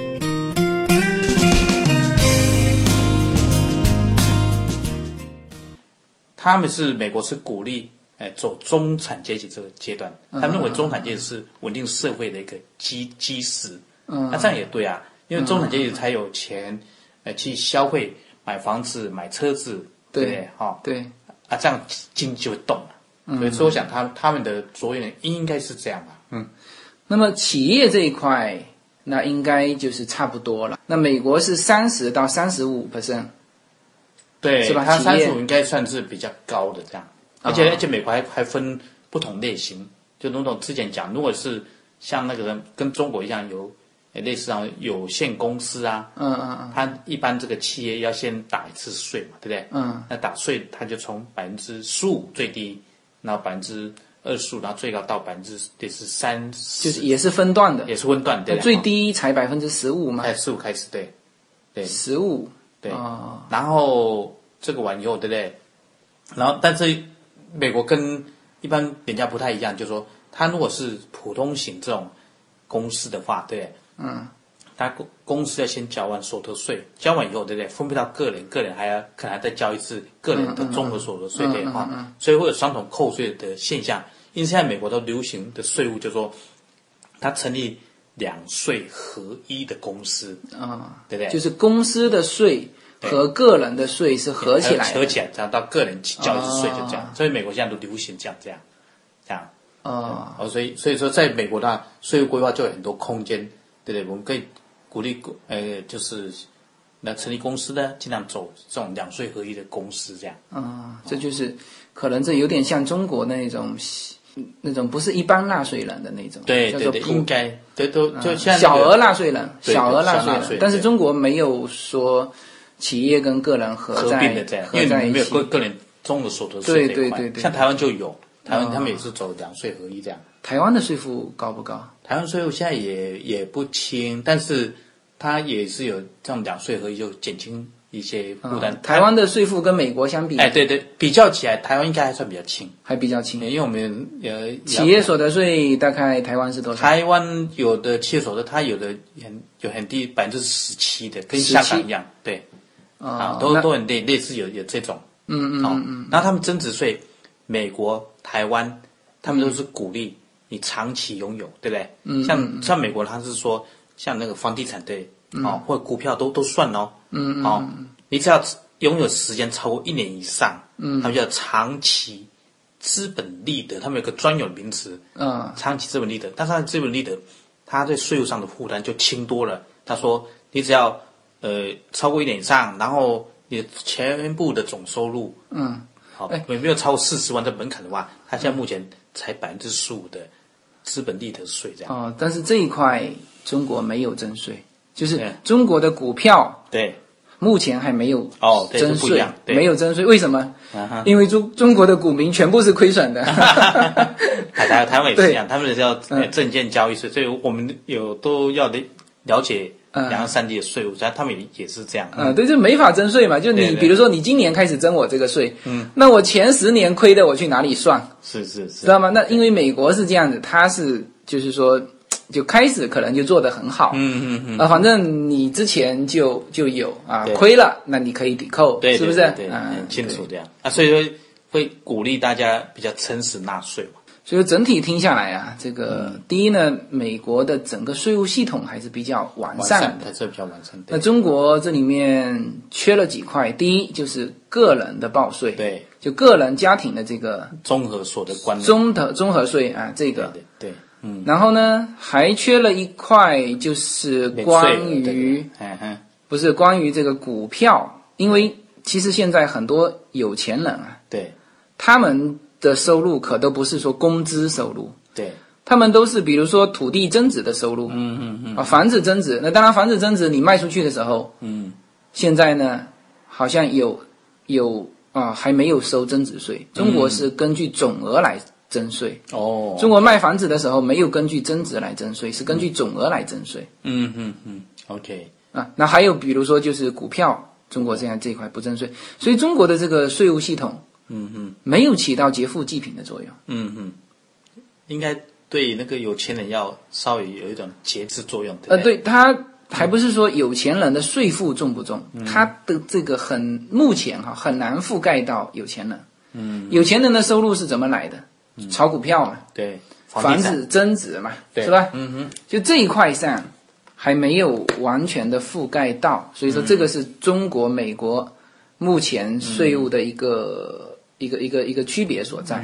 Speaker 5: 他们是美国是鼓励哎走中产阶级这个阶段，他们认为中产阶级是稳定社会的一个基基石。嗯，那这样也对啊，因为中产阶级才有钱，呃，去消费、买房子、买车子，对不对？嗯哈，
Speaker 2: 对，
Speaker 5: 啊，这样经济就会动了。所以说，我想他他们的着眼应该是这样吧。
Speaker 2: 那么企业这一块，那应该就是差不多了。那美国是三十到三十五 percent，
Speaker 5: 对，
Speaker 2: 是吧
Speaker 5: 它
Speaker 2: 企
Speaker 5: 三
Speaker 2: 业
Speaker 5: 十五应该算是比较高的这样，
Speaker 2: 啊
Speaker 5: 而且、而且美国还还分不同类型，就龙总之前讲，如果是像那个人跟中国一样有呃类似像有限公司啊，
Speaker 2: 嗯嗯嗯，
Speaker 5: 它一般这个企业要先打一次税嘛，对不对？
Speaker 2: 嗯，
Speaker 5: 那打税它就从百分之十五最低，然后百分之二十五，然后最高到百分之得是三十，
Speaker 2: 就是也是分段的
Speaker 5: 也，是分段对不对
Speaker 2: 最低才百分之十五嘛
Speaker 5: 哎，十五开始对，对
Speaker 2: 十五
Speaker 5: 对，
Speaker 2: 啊，
Speaker 5: 然后这个完以后，对不对？然后，但是美国跟一般人家不太一样，就是说，他如果是普通型这种公司的话，对不对？
Speaker 2: 嗯，
Speaker 5: 他公公司要先交完所得税，交完以后，对不对？分配到个人，个人还要可能还再交一次个人的综合所得税，对
Speaker 2: 嗯
Speaker 5: 哈、所以会有双重扣税的现象。因为现在美国都流行的税务，就是说，它成立两税合一的公司，
Speaker 2: 啊，
Speaker 5: 对不对？
Speaker 2: 就是公司的税和个人的税是合起来
Speaker 5: 合
Speaker 2: 的
Speaker 5: 起来，然后到个人交一次税，
Speaker 2: 哦
Speaker 5: 就这样。所以美国现在都流行这样这样这样。
Speaker 2: 啊，
Speaker 5: 哦，所以所以说，在美国的话税务规划就有很多空间，对不对？我们可以鼓励公呃，就是那成立公司呢，尽量走这种两税合一的公司这样。
Speaker 2: 啊，这就是可能这有点像中国那种那种不是一般纳税人的那种，
Speaker 5: 对
Speaker 2: 叫
Speaker 5: 对
Speaker 2: 做
Speaker 5: 对，
Speaker 2: 普
Speaker 5: 应该对都就现在
Speaker 2: 嗯啊小
Speaker 5: 那个
Speaker 2: 额纳税人，
Speaker 5: 对
Speaker 2: 小额纳
Speaker 5: 小
Speaker 2: 税
Speaker 5: 纳
Speaker 2: 人
Speaker 5: 税，
Speaker 2: 但是
Speaker 5: 对
Speaker 2: 中国没有说企业跟个人合
Speaker 5: 合
Speaker 2: 在
Speaker 5: 并的这样，因
Speaker 2: 合
Speaker 5: 为你
Speaker 2: 在
Speaker 5: 们
Speaker 2: 一
Speaker 5: 没有个
Speaker 2: 起。
Speaker 5: 个人综合所得
Speaker 2: 对
Speaker 5: 税这
Speaker 2: 对
Speaker 5: 一
Speaker 2: 对
Speaker 5: 块，
Speaker 2: 对哦
Speaker 5: 像台湾就有，台湾他们也是走两税合一这样。
Speaker 2: 台湾的税负高啊不高？
Speaker 5: 台湾税务现在也也不轻，但是它也是有这样两税合一，就减轻一些负担。
Speaker 2: 台湾的税负跟美国相比，
Speaker 5: 哎，对对，比较起来，台湾应该还算比较轻，
Speaker 2: 还比较轻。
Speaker 5: 因为我们呃
Speaker 2: 企业所得税大概台湾是多少？
Speaker 5: 台湾有的企业所得，它有的很有很低，百分之十七的，跟
Speaker 2: 17
Speaker 5: 香港一样，对啊
Speaker 2: 啊，，
Speaker 5: 都
Speaker 2: 那
Speaker 5: 都很类类似有有这种，
Speaker 2: 嗯嗯
Speaker 5: 哦
Speaker 2: 嗯，
Speaker 5: 然后他们增值税，美国、台湾，他们都是鼓励你长期拥有，对不对？嗯，像像美国，他是说像那个房地产对，哦，或者股票都都算哦，嗯，哦，你只要拥有时间超过一年以上，嗯，他们叫长期资本利得，他们有个专有名词，
Speaker 2: 嗯
Speaker 5: 长期资本利得，但是他的资本利得，他对税务上的负担就轻多了。他说，你只要呃超过一点以上，然后你全部的总收入，
Speaker 2: 嗯，
Speaker 5: 好，
Speaker 2: 哎
Speaker 5: 没没有超过四十万的门槛的话，他现在目前才百分之十五的资本利得税这样。
Speaker 2: 哦，但是这一块中国没有征税，就是
Speaker 5: 对
Speaker 2: 中国的股票
Speaker 5: 对，
Speaker 2: 目前还没有
Speaker 5: 哦对
Speaker 2: 征
Speaker 5: 这不一
Speaker 2: 税
Speaker 5: 样，对
Speaker 2: 没有征税，为什么？
Speaker 5: 啊哈，
Speaker 2: 因为中中国的股民全部是亏损 的。
Speaker 5: 啊台台台湾也是
Speaker 2: 对
Speaker 5: 一样，他们也是要呃
Speaker 2: 嗯
Speaker 5: 证券交易税，所以我们有都要了了解
Speaker 2: 嗯
Speaker 5: 两岸三地的税务，所以他们也也是这样。
Speaker 2: 嗯，对，就没法征税嘛。就你
Speaker 5: 对对
Speaker 2: 比如说，你今年开始征我这个税，嗯，那我前十年亏的，我去哪里算，
Speaker 5: 是是是
Speaker 2: 知，道吗？那因为美国是这样子，它是就是说，就开始可能就做得很好，嗯
Speaker 5: 嗯嗯嗯，
Speaker 2: 啊，反正你之前就就有啊，
Speaker 5: 对
Speaker 2: 亏了，那你可以抵扣，
Speaker 5: 对，
Speaker 2: 是不是？
Speaker 5: 对对，对
Speaker 2: 啊，
Speaker 5: 很清楚
Speaker 2: 对。
Speaker 5: 这样啊，所以说会鼓励大家比较诚实纳税嘛。
Speaker 2: 所以整体听下来啊，这个
Speaker 5: 嗯
Speaker 2: 第一呢，美国的整个税务系统还是比较完
Speaker 5: 完
Speaker 2: 善
Speaker 5: 善
Speaker 2: 的，
Speaker 5: 才是比较完善。
Speaker 2: 那
Speaker 5: 对
Speaker 2: 中国这里面缺了几块，第一就是个人的报税，，
Speaker 5: 对，
Speaker 2: 就个人家庭的这个
Speaker 5: 综合所得观念，
Speaker 2: 综的综合税啊，这
Speaker 5: 对
Speaker 2: 个。
Speaker 5: 对对，嗯，
Speaker 2: 然后呢，还缺了一块，就是
Speaker 5: 免
Speaker 2: 关
Speaker 5: 税额的
Speaker 2: 于
Speaker 5: 对嗯哼，
Speaker 2: 不是关于这个股票，因为其实现在很多有钱人啊，
Speaker 5: 对
Speaker 2: 他们的收入可都不是说工资收入，
Speaker 5: 对
Speaker 2: 他们都是比如说土嗯地增值的收入，嗯嗯嗯，啊，房子增值，那当然房子增值，你卖出去的时候，
Speaker 5: 嗯，
Speaker 2: 现在呢，好像有有啊、还没有收增值税。中国是根据总额来征税，
Speaker 5: 哦，
Speaker 2: 中国卖房子的时候没有根据增值来征税，是根据总额来征税
Speaker 5: 嗯嗯嗯，OK，
Speaker 2: 啊。那还有比如说就是股票，中国现在这一块不征税，所以中国的这个税务系统
Speaker 5: 嗯嗯
Speaker 2: 没有起到劫富济贫的作用。
Speaker 5: 嗯嗯，应该对那个有钱人要稍微有一种节制作用，对不
Speaker 2: 呃，对，他还不是说有钱人的税负重不重，他的这个很目前哈、很难覆盖到有钱人。嗯，有钱人的收入是怎么来的？炒股票嘛，
Speaker 5: 对，
Speaker 2: 房
Speaker 5: 地产
Speaker 2: 子增值嘛，
Speaker 5: 对
Speaker 2: 是吧？
Speaker 5: 嗯哼，
Speaker 2: 就这一块上还没有完全的覆盖到，所以说这个是中国、美国目前税务的一
Speaker 5: 嗯
Speaker 2: 个、一个一个一个区别所在。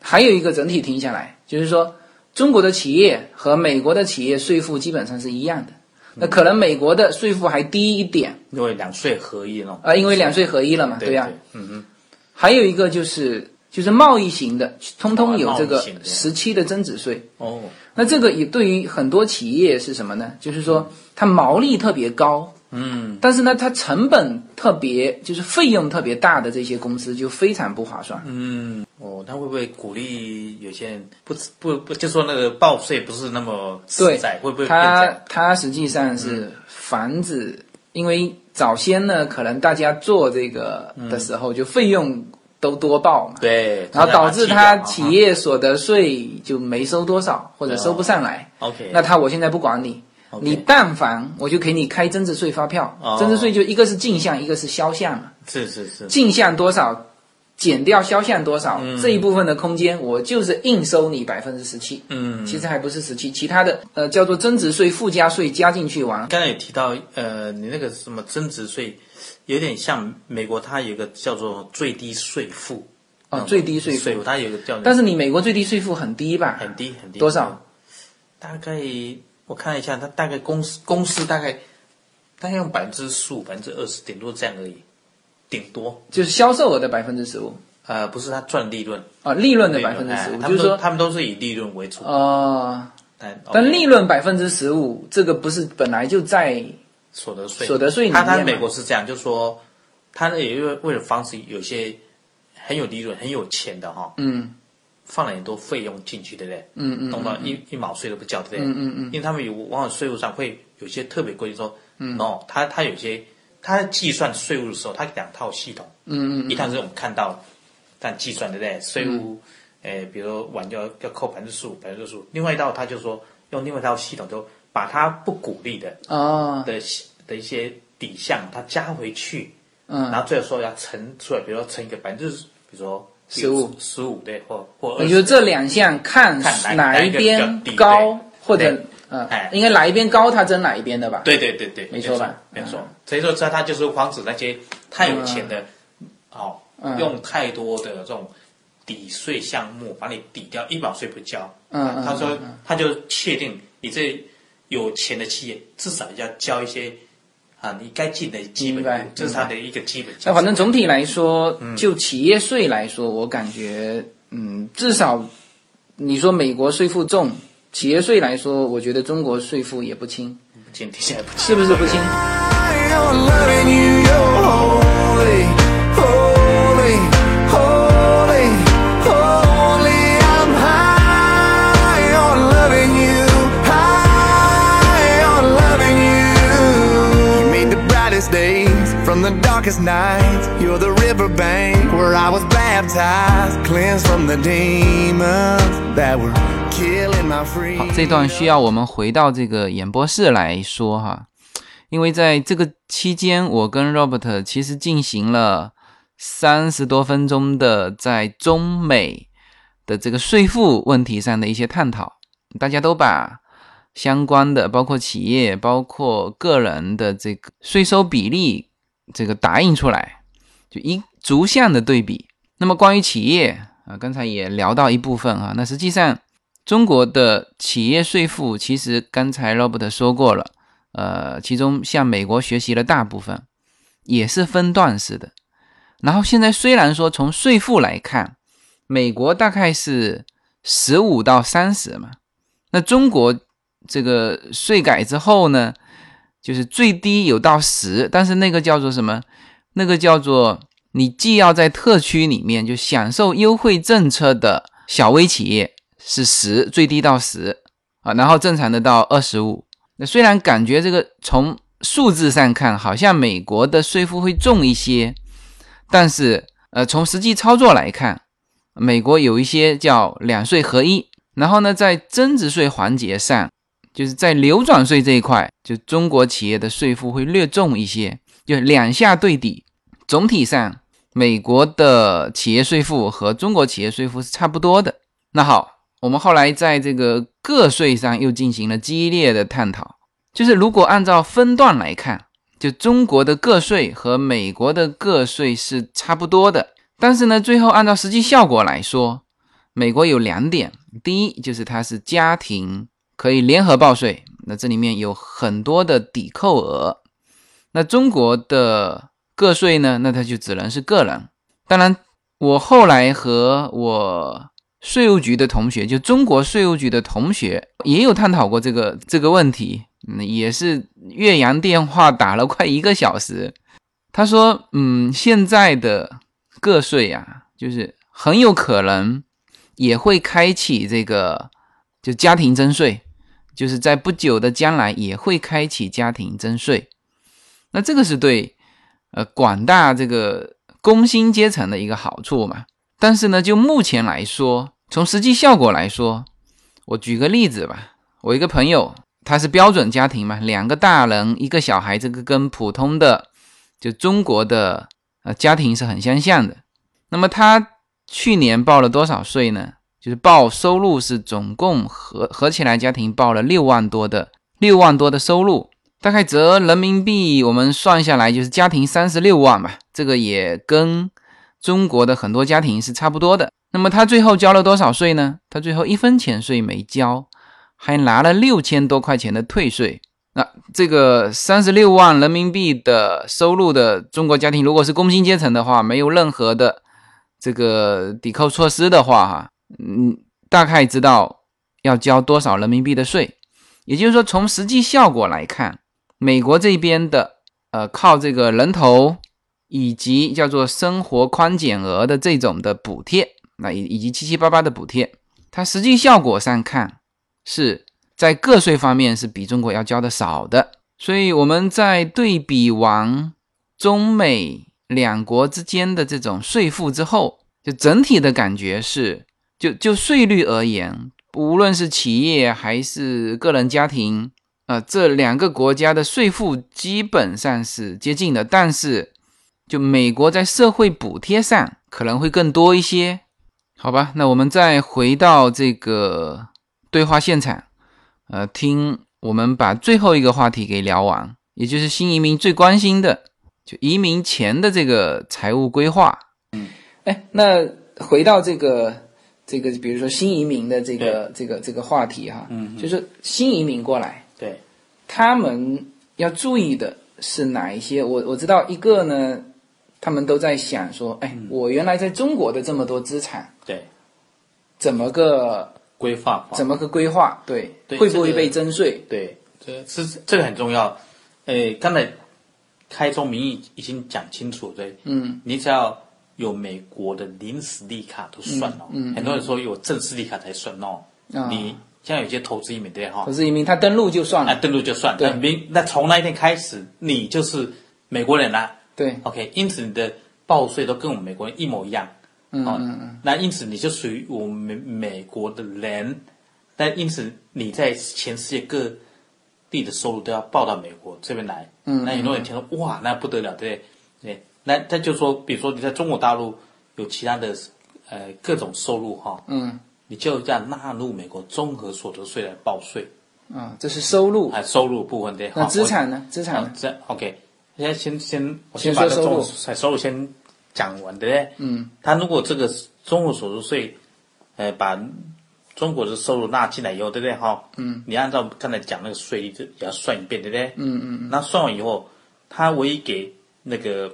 Speaker 2: 还有一个整体听下来，就是说中国的企业和美国的企业税负基本上是一样的，
Speaker 5: 嗯
Speaker 2: 那可能美国的税负还低一点
Speaker 5: 因为两税合一了，
Speaker 2: 啊、因为两税合一了嘛，
Speaker 5: 对
Speaker 2: 呀、
Speaker 5: 对嗯嗯，
Speaker 2: 还有一个就是就是贸易型的，通通有这
Speaker 5: 哦贸
Speaker 2: 个
Speaker 5: 易型的
Speaker 2: 时期的增值税。
Speaker 5: 哦，
Speaker 2: 那这个也对于很多企业是什么呢？就是说它毛利特别高，
Speaker 5: 嗯
Speaker 2: 但是呢，它成本特别就是费用特别大的这些公司就非常不划算。
Speaker 5: 嗯，哦，那会不会鼓励有些人不不不，就说那个报税不是那么
Speaker 2: 对
Speaker 5: 实在，，会不会变这
Speaker 2: 它
Speaker 5: 样？
Speaker 2: 它实际上是防止，因为早先呢，可能大家做这个的时候就费用都多报嘛，
Speaker 5: 嗯对，
Speaker 2: 然后导致它
Speaker 5: 他哦
Speaker 2: 企业所得税就没收多少或者收不上来。
Speaker 5: OK，
Speaker 2: 那他我现在不管你，
Speaker 5: OK
Speaker 2: 你但凡我就给你开增值税发票，
Speaker 5: 哦
Speaker 2: 增值税就一个是进项，一个是销项嘛，
Speaker 5: 是是是，
Speaker 2: 进项多少减掉销项多少、
Speaker 5: 嗯
Speaker 2: 这一部分的空间，我就是硬收你百分之十七，
Speaker 5: 嗯，
Speaker 2: 其实还不是十七，其他的呃叫做增值税、附加税加进去玩，啊
Speaker 5: 刚才有提到，呃，你那个什么增值税，有点像美国，它有一个叫做最低税负
Speaker 2: 哦
Speaker 5: 那种
Speaker 2: 最低税负
Speaker 5: 嗯税负它有一个叫，
Speaker 2: 但是你美国最低税负很低吧？
Speaker 5: 很低很低，
Speaker 2: 多少？
Speaker 5: 大概我看了一下，它大概公司公司大概大概用百分之十五、百分之二十，顶多这样而已，顶多。
Speaker 2: 就是销售额的百分之十五
Speaker 5: 呃，不是它赚利润，
Speaker 2: 啊，利润的
Speaker 5: 利
Speaker 2: 百
Speaker 5: 润
Speaker 2: 分之
Speaker 5: 哎
Speaker 2: 十五，
Speaker 5: 他
Speaker 2: 就
Speaker 5: 们
Speaker 2: 是
Speaker 5: 都
Speaker 2: 说
Speaker 5: 他们都是以利润为主，
Speaker 2: 呃，
Speaker 5: 但
Speaker 2: 但利
Speaker 5: 润
Speaker 2: 润百分之十五这个不是本来就在
Speaker 5: 所得税，
Speaker 2: 所得税里
Speaker 5: 它它
Speaker 2: 面嘛
Speaker 5: 美国是这样，就是说，它那也为为了防止有些很有利润、很有钱的哈、
Speaker 2: 嗯
Speaker 5: 放了很多费用进去，对不对？
Speaker 2: 嗯嗯
Speaker 5: 弄到一一毛税都不交，对不对？
Speaker 2: 嗯嗯嗯
Speaker 5: 因为他们有往往税务上会有些特别规定说，嗯，no，他他有些他在计算税务的时候，他两套系统，
Speaker 2: 嗯嗯
Speaker 5: 一套是我们看到但计算，对不对？税务，
Speaker 2: 嗯
Speaker 5: 诶、比如说晚就要要扣百分之十五、百分之十五，另外一套他就说用另外一套系统，就把他不鼓励的
Speaker 2: 哦
Speaker 5: 的的一些底项，他加回去，
Speaker 2: 嗯
Speaker 5: 然，后最后说要乘出来，比如说乘一个百分之，比如说
Speaker 2: 15
Speaker 5: 十五对，或或
Speaker 2: 也
Speaker 5: 二
Speaker 2: 就是
Speaker 5: 十，
Speaker 2: 这两项看
Speaker 5: 看哪
Speaker 2: 哪一边高，或者呃
Speaker 5: 哎，
Speaker 2: 应该哪一边高，它争哪一边的吧？
Speaker 5: 对对对对，
Speaker 2: 没错吧嗯
Speaker 5: 没错，所以说他他就是防止那些太有钱的，哦，
Speaker 2: 嗯
Speaker 5: 用太多的这种抵税项目把你抵掉，一毛税不交。
Speaker 2: 嗯嗯
Speaker 5: 他说
Speaker 2: 嗯嗯
Speaker 5: 他就确定你这有钱的企业至少要交一些啊，你该尽的基本
Speaker 2: 明白
Speaker 5: 义务，这是他的一个基本价值。
Speaker 2: 那反正总体来说，就企业税来说，我感觉，嗯，至少你说美国税负重，企业税来说，我觉得中国税负也不轻，
Speaker 5: 今天现在不
Speaker 2: 是不是不轻？
Speaker 1: You're loving you, you're holy, holy, holy, holy. I'm high on loving you, high on loving you. You made the brightest days from the darkest nights. You're the riverbank where I was baptized, cleansed from the demons that were killing my
Speaker 2: 好
Speaker 1: freedom.，
Speaker 2: 这段需要我们回到这个演播室来说哈，因为在这个期间，我跟 Robert 其实进行了三十多分钟的在中美的这个税负问题上的一些探讨，大家都把相关的包括企业、包括个人的这个税收比例这个打印出来，就一逐项的对比。那么关于企业啊，刚才也聊到一部分啊，那实际上。中国的企业税负，其实刚才 Robert 说过了，呃，其中向美国学习了大部分，也是分段式的。然后现在虽然说从税负来看，美国大概是十五到三十嘛，那中国这个税改之后呢，就是最低有到十，但是那个叫做什么？那个叫做你既要在特区里面就享受优惠政策的小微企业是十，最低到十啊，然后正常的到二十五。那虽然感觉这个从数字上看好像美国的税负会重一些，但是呃，从实际操作来看，美国有一些叫两税合一，然后呢，在增值税环节上，就是在流转税这一块，就中国企业的税负会略重一些，就两下对比，总体上美国的企业税负和中国企业税负是差不多的。那好，我们后来在这个个税上又进行了激烈的探讨，就是如果按照分段来看，就中国的个税和美国的个税是差不多的，但是呢，最后按照实际效果来说，美国有两点，第一就是它是家庭可以联合报税，那这里面有很多的抵扣额。那中国的个税呢，那它就只能是个人。当然，我后来和我税务局的同学，就中国税务局的同学，也有探讨过这个这个问题。嗯，也是岳阳电话打了快一个小时。他说，嗯，现在的个税啊，就是很有可能也会开启这个就家庭征税，就是在不久的将来也会开启家庭征税。那这个是对呃广大这个工薪阶层的一个好处嘛。但是呢，就目前来说，从实际效果来说，我举个例子吧。我一个朋友，他是标准家庭嘛，两个大人一个小孩，这个跟普通的就中国的呃家庭是很相像的。那么他去年报了多少税呢？就是报收入是总共合合起来家庭报了六万多的六万多的收入，大概折人民币我们算下来就是家庭三十六万吧。这个也跟中国的很多家庭是差不多的。那么他最后交了多少税呢？他最后一分钱税没交，还拿了六千多块钱的退税。那这个三十六万人民币的收入的中国家庭，如果是工薪阶层的话，没有任何的这个抵扣措施的话，哈，嗯，大概知道要交多少人民币的税。也就是说，从实际效果来看，美国这边的呃，靠这个人头以及叫做生活宽减额的这种的补贴，那以以及七七八八的补贴，它实际效果上看是在个税方面是比中国要交的少的。所以我们在对比完中美两国之间的这种税负之后，就整体的感觉是，就就税率而言，无论是企业还是个人家庭，呃，这两个国家的税负基本上是接近的，但是就美国在社会补贴上可能会更多一些，好吧？那我们再回到这个对话现场，呃，听我们把最后一个话题给聊完，也就是新移民最关心的，就移民前的这个财务规划。嗯，哎，那回到这个这个，比如说新移民的这个这个这个话题哈，嗯，就是新移民过来，
Speaker 5: 对，
Speaker 2: 他们要注意的是哪一些？我我知道一个呢，他们都在想说，哎，
Speaker 5: 嗯
Speaker 2: 我原来在中国的这么多资产，
Speaker 5: 对，
Speaker 2: 怎么个
Speaker 5: 规划法
Speaker 2: 怎么个规划？对，
Speaker 5: 哦对
Speaker 2: 会不会
Speaker 5: 这个
Speaker 2: 被征税？
Speaker 5: 对，这是这个很重要。诶，刚才开宗明义已经讲清楚，对，
Speaker 2: 嗯，
Speaker 5: 你只要有美国的临时利卡都算哦，
Speaker 2: 嗯嗯
Speaker 5: 很多人说有正式利卡才算哦。
Speaker 2: 啊嗯
Speaker 5: 你像有些投资移民对哈
Speaker 2: 投，资移民他登录就算
Speaker 5: 那
Speaker 2: 了，
Speaker 5: 登录就算，
Speaker 2: 对
Speaker 5: 那明那从那一天开始，你就是美国人啦、
Speaker 2: 对，
Speaker 5: OK，因此你的报税都跟我们美国人一模一样。
Speaker 2: 嗯
Speaker 5: 哦
Speaker 2: 嗯嗯，
Speaker 5: 那因此你就属于我们美国的人，那因此你在全世界各地的收入都要报到美国这边来。
Speaker 2: 嗯
Speaker 5: 那很多人听说哇，那不得了，对不对？对，那他就说，比如说你在中国大陆有其他的呃各种收入哈、
Speaker 2: 嗯
Speaker 5: 你就要纳入美国综合所得税来报税，
Speaker 2: 啊，这是收入。
Speaker 5: 还收入部分的。
Speaker 2: 那
Speaker 5: 哈
Speaker 2: 资
Speaker 5: 哎我
Speaker 2: 产呢？资
Speaker 5: 啊
Speaker 2: 产，
Speaker 5: 这 OK，现在先先我
Speaker 2: 先
Speaker 5: 把
Speaker 2: 说
Speaker 5: 这
Speaker 2: 收入
Speaker 5: 综合所收入先讲完，对不对？
Speaker 2: 嗯，
Speaker 5: 他如果这个综合所得税，呃，把中国的收入纳进来以后，对不对？哈，嗯，你按照刚才讲那个税率，就也要算一遍，对不对？
Speaker 2: 嗯嗯
Speaker 5: 那算完以后，他唯一给那个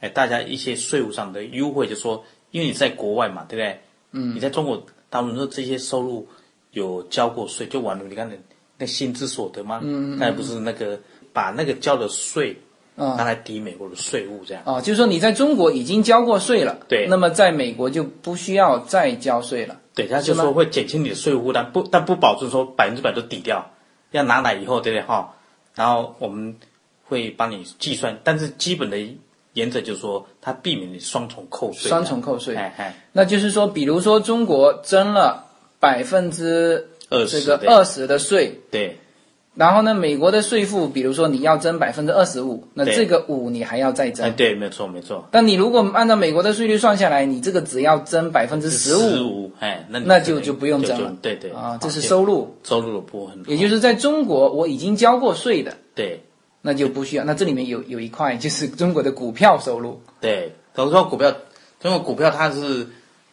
Speaker 5: 哎大家一些税务上的优惠，就说因为你在国外嘛，对不对？嗯，你在中国大陆，你说这些收
Speaker 2: 嗯
Speaker 5: 入有交过税，就宛如你看那那薪资所得吗？嗯，刚才不是那个把那个交的税
Speaker 2: 啊
Speaker 5: 拿来抵美国的税务，这样。
Speaker 2: 啊，就是说你在中国已经交过税了，
Speaker 5: 对
Speaker 2: 那么在美国就不需要再交税了。
Speaker 5: 对，他就是
Speaker 2: 吗
Speaker 5: 说会减轻你的税务，但不但不保证说百分之百都抵掉，要拿来以后，对不对哈？然后我们会帮你计算，但是基本的原则就是说，它避免你双重扣税。
Speaker 2: 双重扣税
Speaker 5: 哎哎，
Speaker 2: 那就是说，比如说中国征了百分之
Speaker 5: 二
Speaker 2: 这
Speaker 5: 十
Speaker 2: 个
Speaker 5: 对
Speaker 2: 二十的税，
Speaker 5: 对哎
Speaker 2: 然后呢，美国的税负，比如说你要征百分之二十五，那
Speaker 5: 对
Speaker 2: 这个五你还要再
Speaker 5: 哎
Speaker 2: 征。
Speaker 5: 对，没错没错，
Speaker 2: 但你如果按照美国的税率算下来，你这个只要征百分之十五
Speaker 5: 五哎，那你
Speaker 2: 那就
Speaker 5: 可能
Speaker 2: 就不用征了
Speaker 5: 对对
Speaker 2: 啊，这是
Speaker 5: 对
Speaker 2: 收入，
Speaker 5: 收入的部分，
Speaker 2: 也就是在中国我已经交过税的，
Speaker 5: 对
Speaker 2: 那就不需要。那这里面有有一块就是中国的股票收入，
Speaker 5: 对，比如说股票，中国股票它是，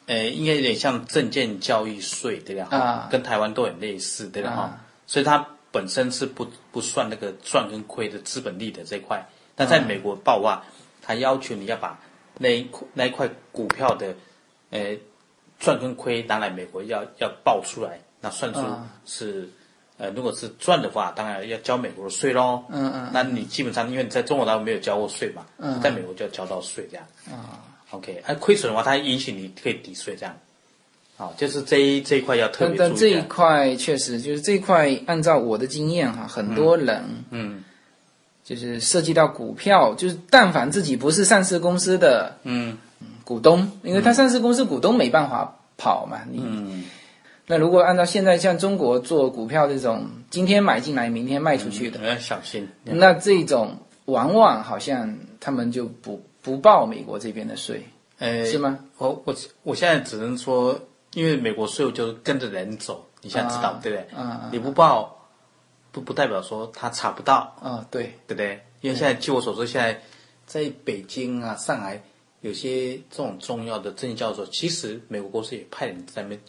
Speaker 5: 呃，应该有点像证券交易税，对吧？
Speaker 2: 啊
Speaker 5: 跟台湾都很类似，对吧？哈、
Speaker 2: 啊
Speaker 5: 所以它本身是不不算那个赚跟亏的资本利得这一块，但在美国报啊，它要求你要把那一块那一块股票的，呃，赚跟亏拿来美国要要报出来，那算出
Speaker 2: 啊
Speaker 5: 是。呃，如果是赚的话，当然要交美国的税喽。
Speaker 2: 嗯嗯
Speaker 5: 那你基本上因为你在中国大陆没有交过税嘛，在美国就要交到税这样。OK，那、亏损的话，它允许你可以抵税这样。好，就是这一这一块要特
Speaker 2: 但
Speaker 5: 别
Speaker 2: 但
Speaker 5: 注
Speaker 2: 这
Speaker 5: 意
Speaker 2: 一
Speaker 5: 啊。
Speaker 2: 块确实就是这一块，按照我的经验哈，很多人
Speaker 5: 嗯
Speaker 2: 就是涉及到股票，就是但凡自己不是上市公司的
Speaker 5: 嗯
Speaker 2: 股东，因为他上市公司股东没办法跑嘛，你。
Speaker 5: 嗯，
Speaker 2: 那如果按照现在像中国做股票这种，今天买进来，明天卖出去的，
Speaker 5: 你要小心。
Speaker 2: 那这种往往好像他们就不不报美国这边的税，
Speaker 5: 呃，
Speaker 2: 是吗？
Speaker 5: 我我我现在只能说，因为美国税务就是跟着人走，你现在知道、
Speaker 2: 啊
Speaker 5: 对不对？
Speaker 2: 啊啊
Speaker 5: 你不报，不不代表说他查不到。
Speaker 2: 啊、对，
Speaker 5: 对不对？因为现在据我所知，现在在北京啊、上海有些这种重要的证券交易所，其实美国公司也派人在那边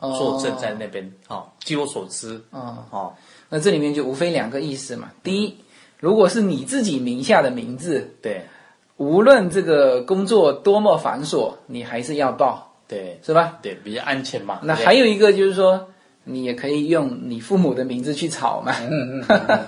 Speaker 2: 哦
Speaker 5: 坐镇在那边。哦，据我所知，
Speaker 2: 哦
Speaker 5: 哦，
Speaker 2: 那这里面就无非两个意思嘛。第一，如果是你自己名下的名字，
Speaker 5: 对
Speaker 2: 无论这个工作多么繁琐，你还是要报，
Speaker 5: 对
Speaker 2: 是吧？
Speaker 5: 对，比较安全嘛。
Speaker 2: 那
Speaker 5: 对不
Speaker 2: 还
Speaker 5: 对
Speaker 2: 有一个就是说，你也可以用你父母的名字去炒嘛。
Speaker 5: 嗯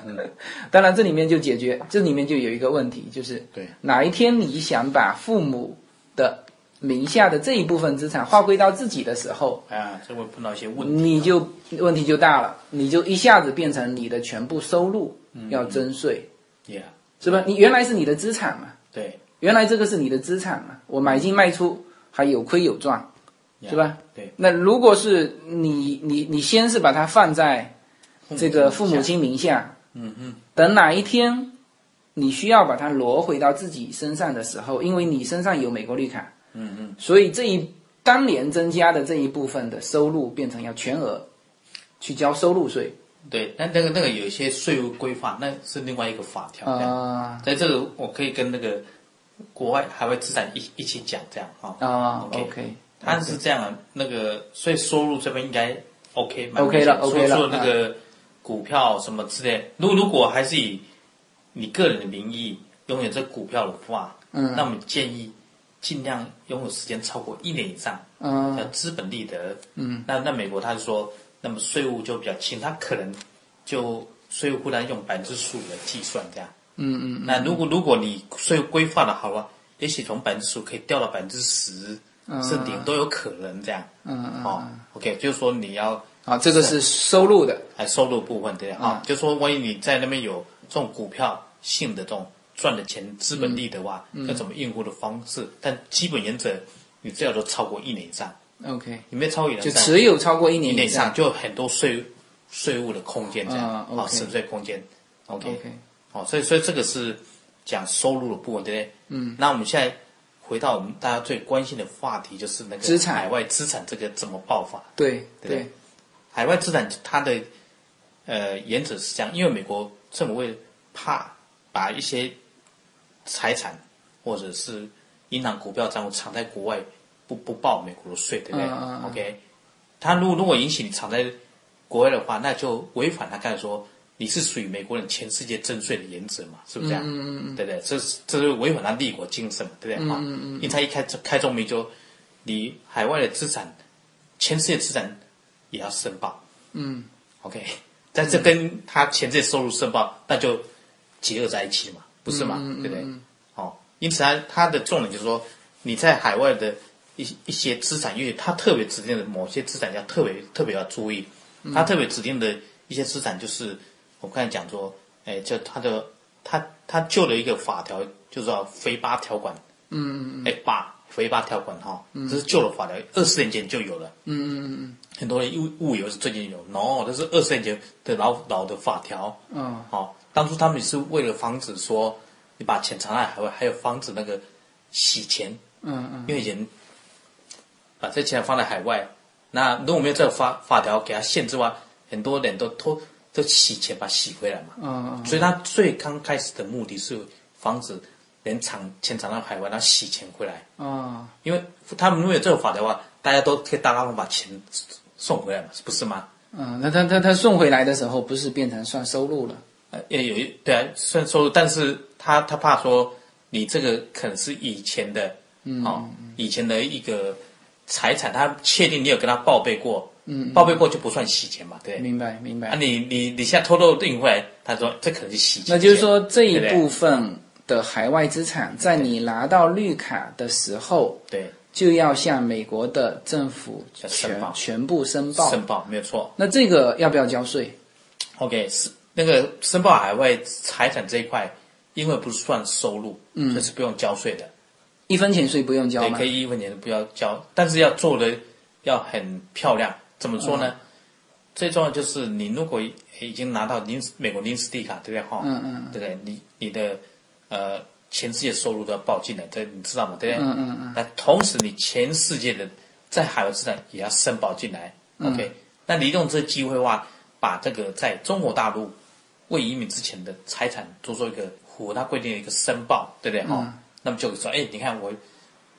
Speaker 2: 当然，这里面就解决，这里面就有一个问题，就是
Speaker 5: 对
Speaker 2: 哪一天你想把父母的名下的这一部分资产划归到自己的时候，
Speaker 5: 啊，这会碰到一些问题。
Speaker 2: 你就问题就大了，你就一下子变成你的全部收入
Speaker 5: 嗯
Speaker 2: 要征税，
Speaker 5: Yeah，
Speaker 2: 是吧？你原来是你的资产嘛，
Speaker 5: 对，
Speaker 2: 原来这个是你的资产嘛，我买进卖出还有亏有赚，
Speaker 5: Yeah，
Speaker 2: 是吧？
Speaker 5: 对，
Speaker 2: 那如果是你你你先是把它放在这个父母亲名下，
Speaker 5: 嗯嗯，
Speaker 2: 等哪一天你需要把它挪回到自己身上的时候，因为你身上有美国绿卡，
Speaker 5: 嗯嗯，
Speaker 2: 所以这一当年增加的这一部分的收入变成要全额去交收入税
Speaker 5: 对，那那个那个有一些税务规划，那是另外一个法条。这样
Speaker 2: 啊
Speaker 5: 在这个我可以跟那个国外海外资产一一起讲这样啊
Speaker 2: 啊
Speaker 5: OK
Speaker 2: ，OK，
Speaker 5: 他是这样啊，那个所以收入这边应该 OK 蛮
Speaker 2: OK 了
Speaker 5: 明显
Speaker 2: OK 了
Speaker 5: 说说那个股票什么之类，如如果还是以你个人的名义拥有这股票的话，
Speaker 2: 嗯
Speaker 5: 那我们建议尽量拥有时间超过一年以上，
Speaker 2: 嗯
Speaker 5: 呃，资本利得，
Speaker 2: 嗯，
Speaker 5: 那那美国他就说，那么税务就比较轻，他可能就税务负担用百分之十五来计算这样，
Speaker 2: 嗯嗯
Speaker 5: 那如果如果你税规范的好了，也许从百分之十可以掉到百分之十，是顶都有可能这样。
Speaker 2: 啊嗯嗯
Speaker 5: 哦，OK，就是说你要
Speaker 2: 啊，这个是收入的
Speaker 5: 还收入部分对
Speaker 2: 嗯
Speaker 5: 吧？啊、就是说万一你在那边有这种股票性的这种赚的钱资本利的话，
Speaker 2: 嗯
Speaker 5: 要怎么应付的方式？但基本原则，你最好都超过一年以上，
Speaker 2: ，OK，
Speaker 5: 你没有超过一年
Speaker 2: 就
Speaker 5: 以上
Speaker 2: 持有超过一
Speaker 5: 一
Speaker 2: 年
Speaker 5: 年
Speaker 2: 以
Speaker 5: 以
Speaker 2: 上
Speaker 5: 上，就有很多税税务的空间这样
Speaker 2: 啊
Speaker 5: 啊，
Speaker 2: ，OK
Speaker 5: 省税空间。OK，
Speaker 2: ，OK，
Speaker 5: 哦，所以所以这个是讲收入的部分，对不对？嗯。那我们现在回到我们大家最关心的话题，就是那个
Speaker 2: 资产
Speaker 5: 海外资产这个怎么爆发？
Speaker 2: 对
Speaker 5: 对
Speaker 2: 对，
Speaker 5: 海外资产它的呃原则是这样，因为美国政府会怕把一些财产或者是银行股票账户藏在国外，不不报美国的税，对不对、
Speaker 2: 嗯嗯嗯
Speaker 5: o k 他如果如果允许你藏在国外的话，那就违反他刚才说你是属于美国人全世界征税的原则嘛，是不是这样？嗯嗯嗯对不对？这是这是违反他立国精神嘛，对不对？啊、因为他一开开宗明就，你海外的资产，全世界资产也要申报。
Speaker 2: 嗯
Speaker 5: OK，但这跟他前世收入申报，那就结合在一起嘛，不是嘛？对不对？哦，因此它它的重点就是说，你在海外的一些一些资产，因为它特别指定的某些资产要特别特别要注意，它特别指定的一些资产就是我刚才讲说，哎，就它的它它就了一个法条，就是叫非巴条款，嗯，哎巴非巴条款哈，这是旧的法条，二十年前就有了，嗯嗯嗯，很多人误误以为是最近有，no，这是二十年前的老老的法条，
Speaker 2: 嗯，
Speaker 5: 哦，当初他们是为了防止说你把钱藏在海外，还有防止那个洗钱，
Speaker 2: 嗯嗯
Speaker 5: 因为人把这钱放在海外，那如果没有这个法法条给他限制的话，很多人都偷都洗钱把它洗回来嘛。
Speaker 2: 嗯
Speaker 5: 所以他最刚开始的目的是防止人藏钱藏到海外，然后洗钱回来。
Speaker 2: 嗯
Speaker 5: 因为他们如果有这个法条的话，大家都可以大大方把钱送回来嘛，不是吗？
Speaker 2: 嗯，那他他他送回来的时候，不是变成算收入了？
Speaker 5: 呃，也有一对啊，虽然收入，但是他他怕说你这个可能是以前的，嗯、哦，以前的一个财产，他确定你有跟他报备过，嗯，报备过就不算洗钱嘛，对不对？
Speaker 2: 明白明白。
Speaker 5: 啊，你你你现在偷偷运回来，他说这可能是洗钱，
Speaker 2: 那就是说这
Speaker 5: 对
Speaker 2: 一
Speaker 5: 不对
Speaker 2: 部分的海外资产，在你拿到绿卡的时候，
Speaker 5: 对
Speaker 2: 就要向美国的政府
Speaker 5: 要申
Speaker 2: 全
Speaker 5: 报
Speaker 2: 全部申报。
Speaker 5: 申报没有错
Speaker 2: 那这个要不要交税？
Speaker 5: ，OK 是那个申报海外财产这一块，因为不算收入，嗯，所以是不用交税的，
Speaker 2: 一分钱税不用交
Speaker 5: 对，
Speaker 2: 吗
Speaker 5: 可？以一分钱都不要交，但是要做的要很漂亮。怎么说呢？
Speaker 2: 嗯
Speaker 5: 最重要就是你如果已经拿到临时美国临时地卡，对不对？哈，
Speaker 2: 嗯嗯，
Speaker 5: 对不对？你你的呃全世界收入都要报进来，这你知道吗？对不对？
Speaker 2: 嗯嗯嗯。
Speaker 5: 那同时，你全世界的在海外资产也要申报进来。OK，那
Speaker 2: 嗯
Speaker 5: 利用这机会的话，把这个在中国大陆未移民之前的财产做做一个符合它规定的一个申报，对不对？
Speaker 2: 嗯
Speaker 5: 哈、那么就说，哎，你看我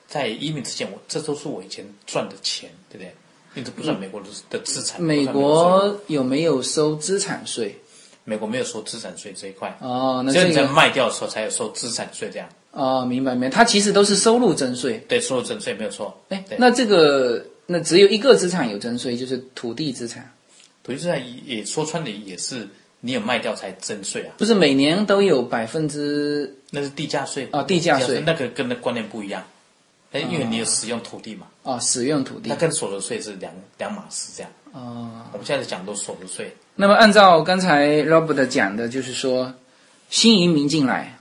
Speaker 5: 在移民之前，我这都是我以前赚的钱，对不对？因为这不算美国的的资产。
Speaker 2: 嗯美
Speaker 5: 不算国税
Speaker 2: 国有没有收资产税？
Speaker 5: 美国没有收资产税这一块，
Speaker 2: 哦，那
Speaker 5: 只有
Speaker 2: 这
Speaker 5: 你在
Speaker 2: 个
Speaker 5: 卖掉的时候才有收资产税这样。
Speaker 2: 哦，明白明白，它其实都是收入征税。
Speaker 5: 对，收入征税没有错。
Speaker 2: 哎
Speaker 5: 对，
Speaker 2: 那这个那只有一个资产有征税，就是土地资产，
Speaker 5: 土地资产也也说穿了也是你有卖掉才征税啊，
Speaker 2: 不是每年都有百分之
Speaker 5: 那是地价税
Speaker 2: 哦地价税
Speaker 5: 那个跟那观念不一样，哎，因为你有使用土地嘛，
Speaker 2: 哦使用土地
Speaker 5: 那跟所得税是两两码事这样。
Speaker 2: 哦。
Speaker 5: 我们现在讲都所得税，
Speaker 2: 那么按照刚才 Robert 讲的，就是说新移民进来，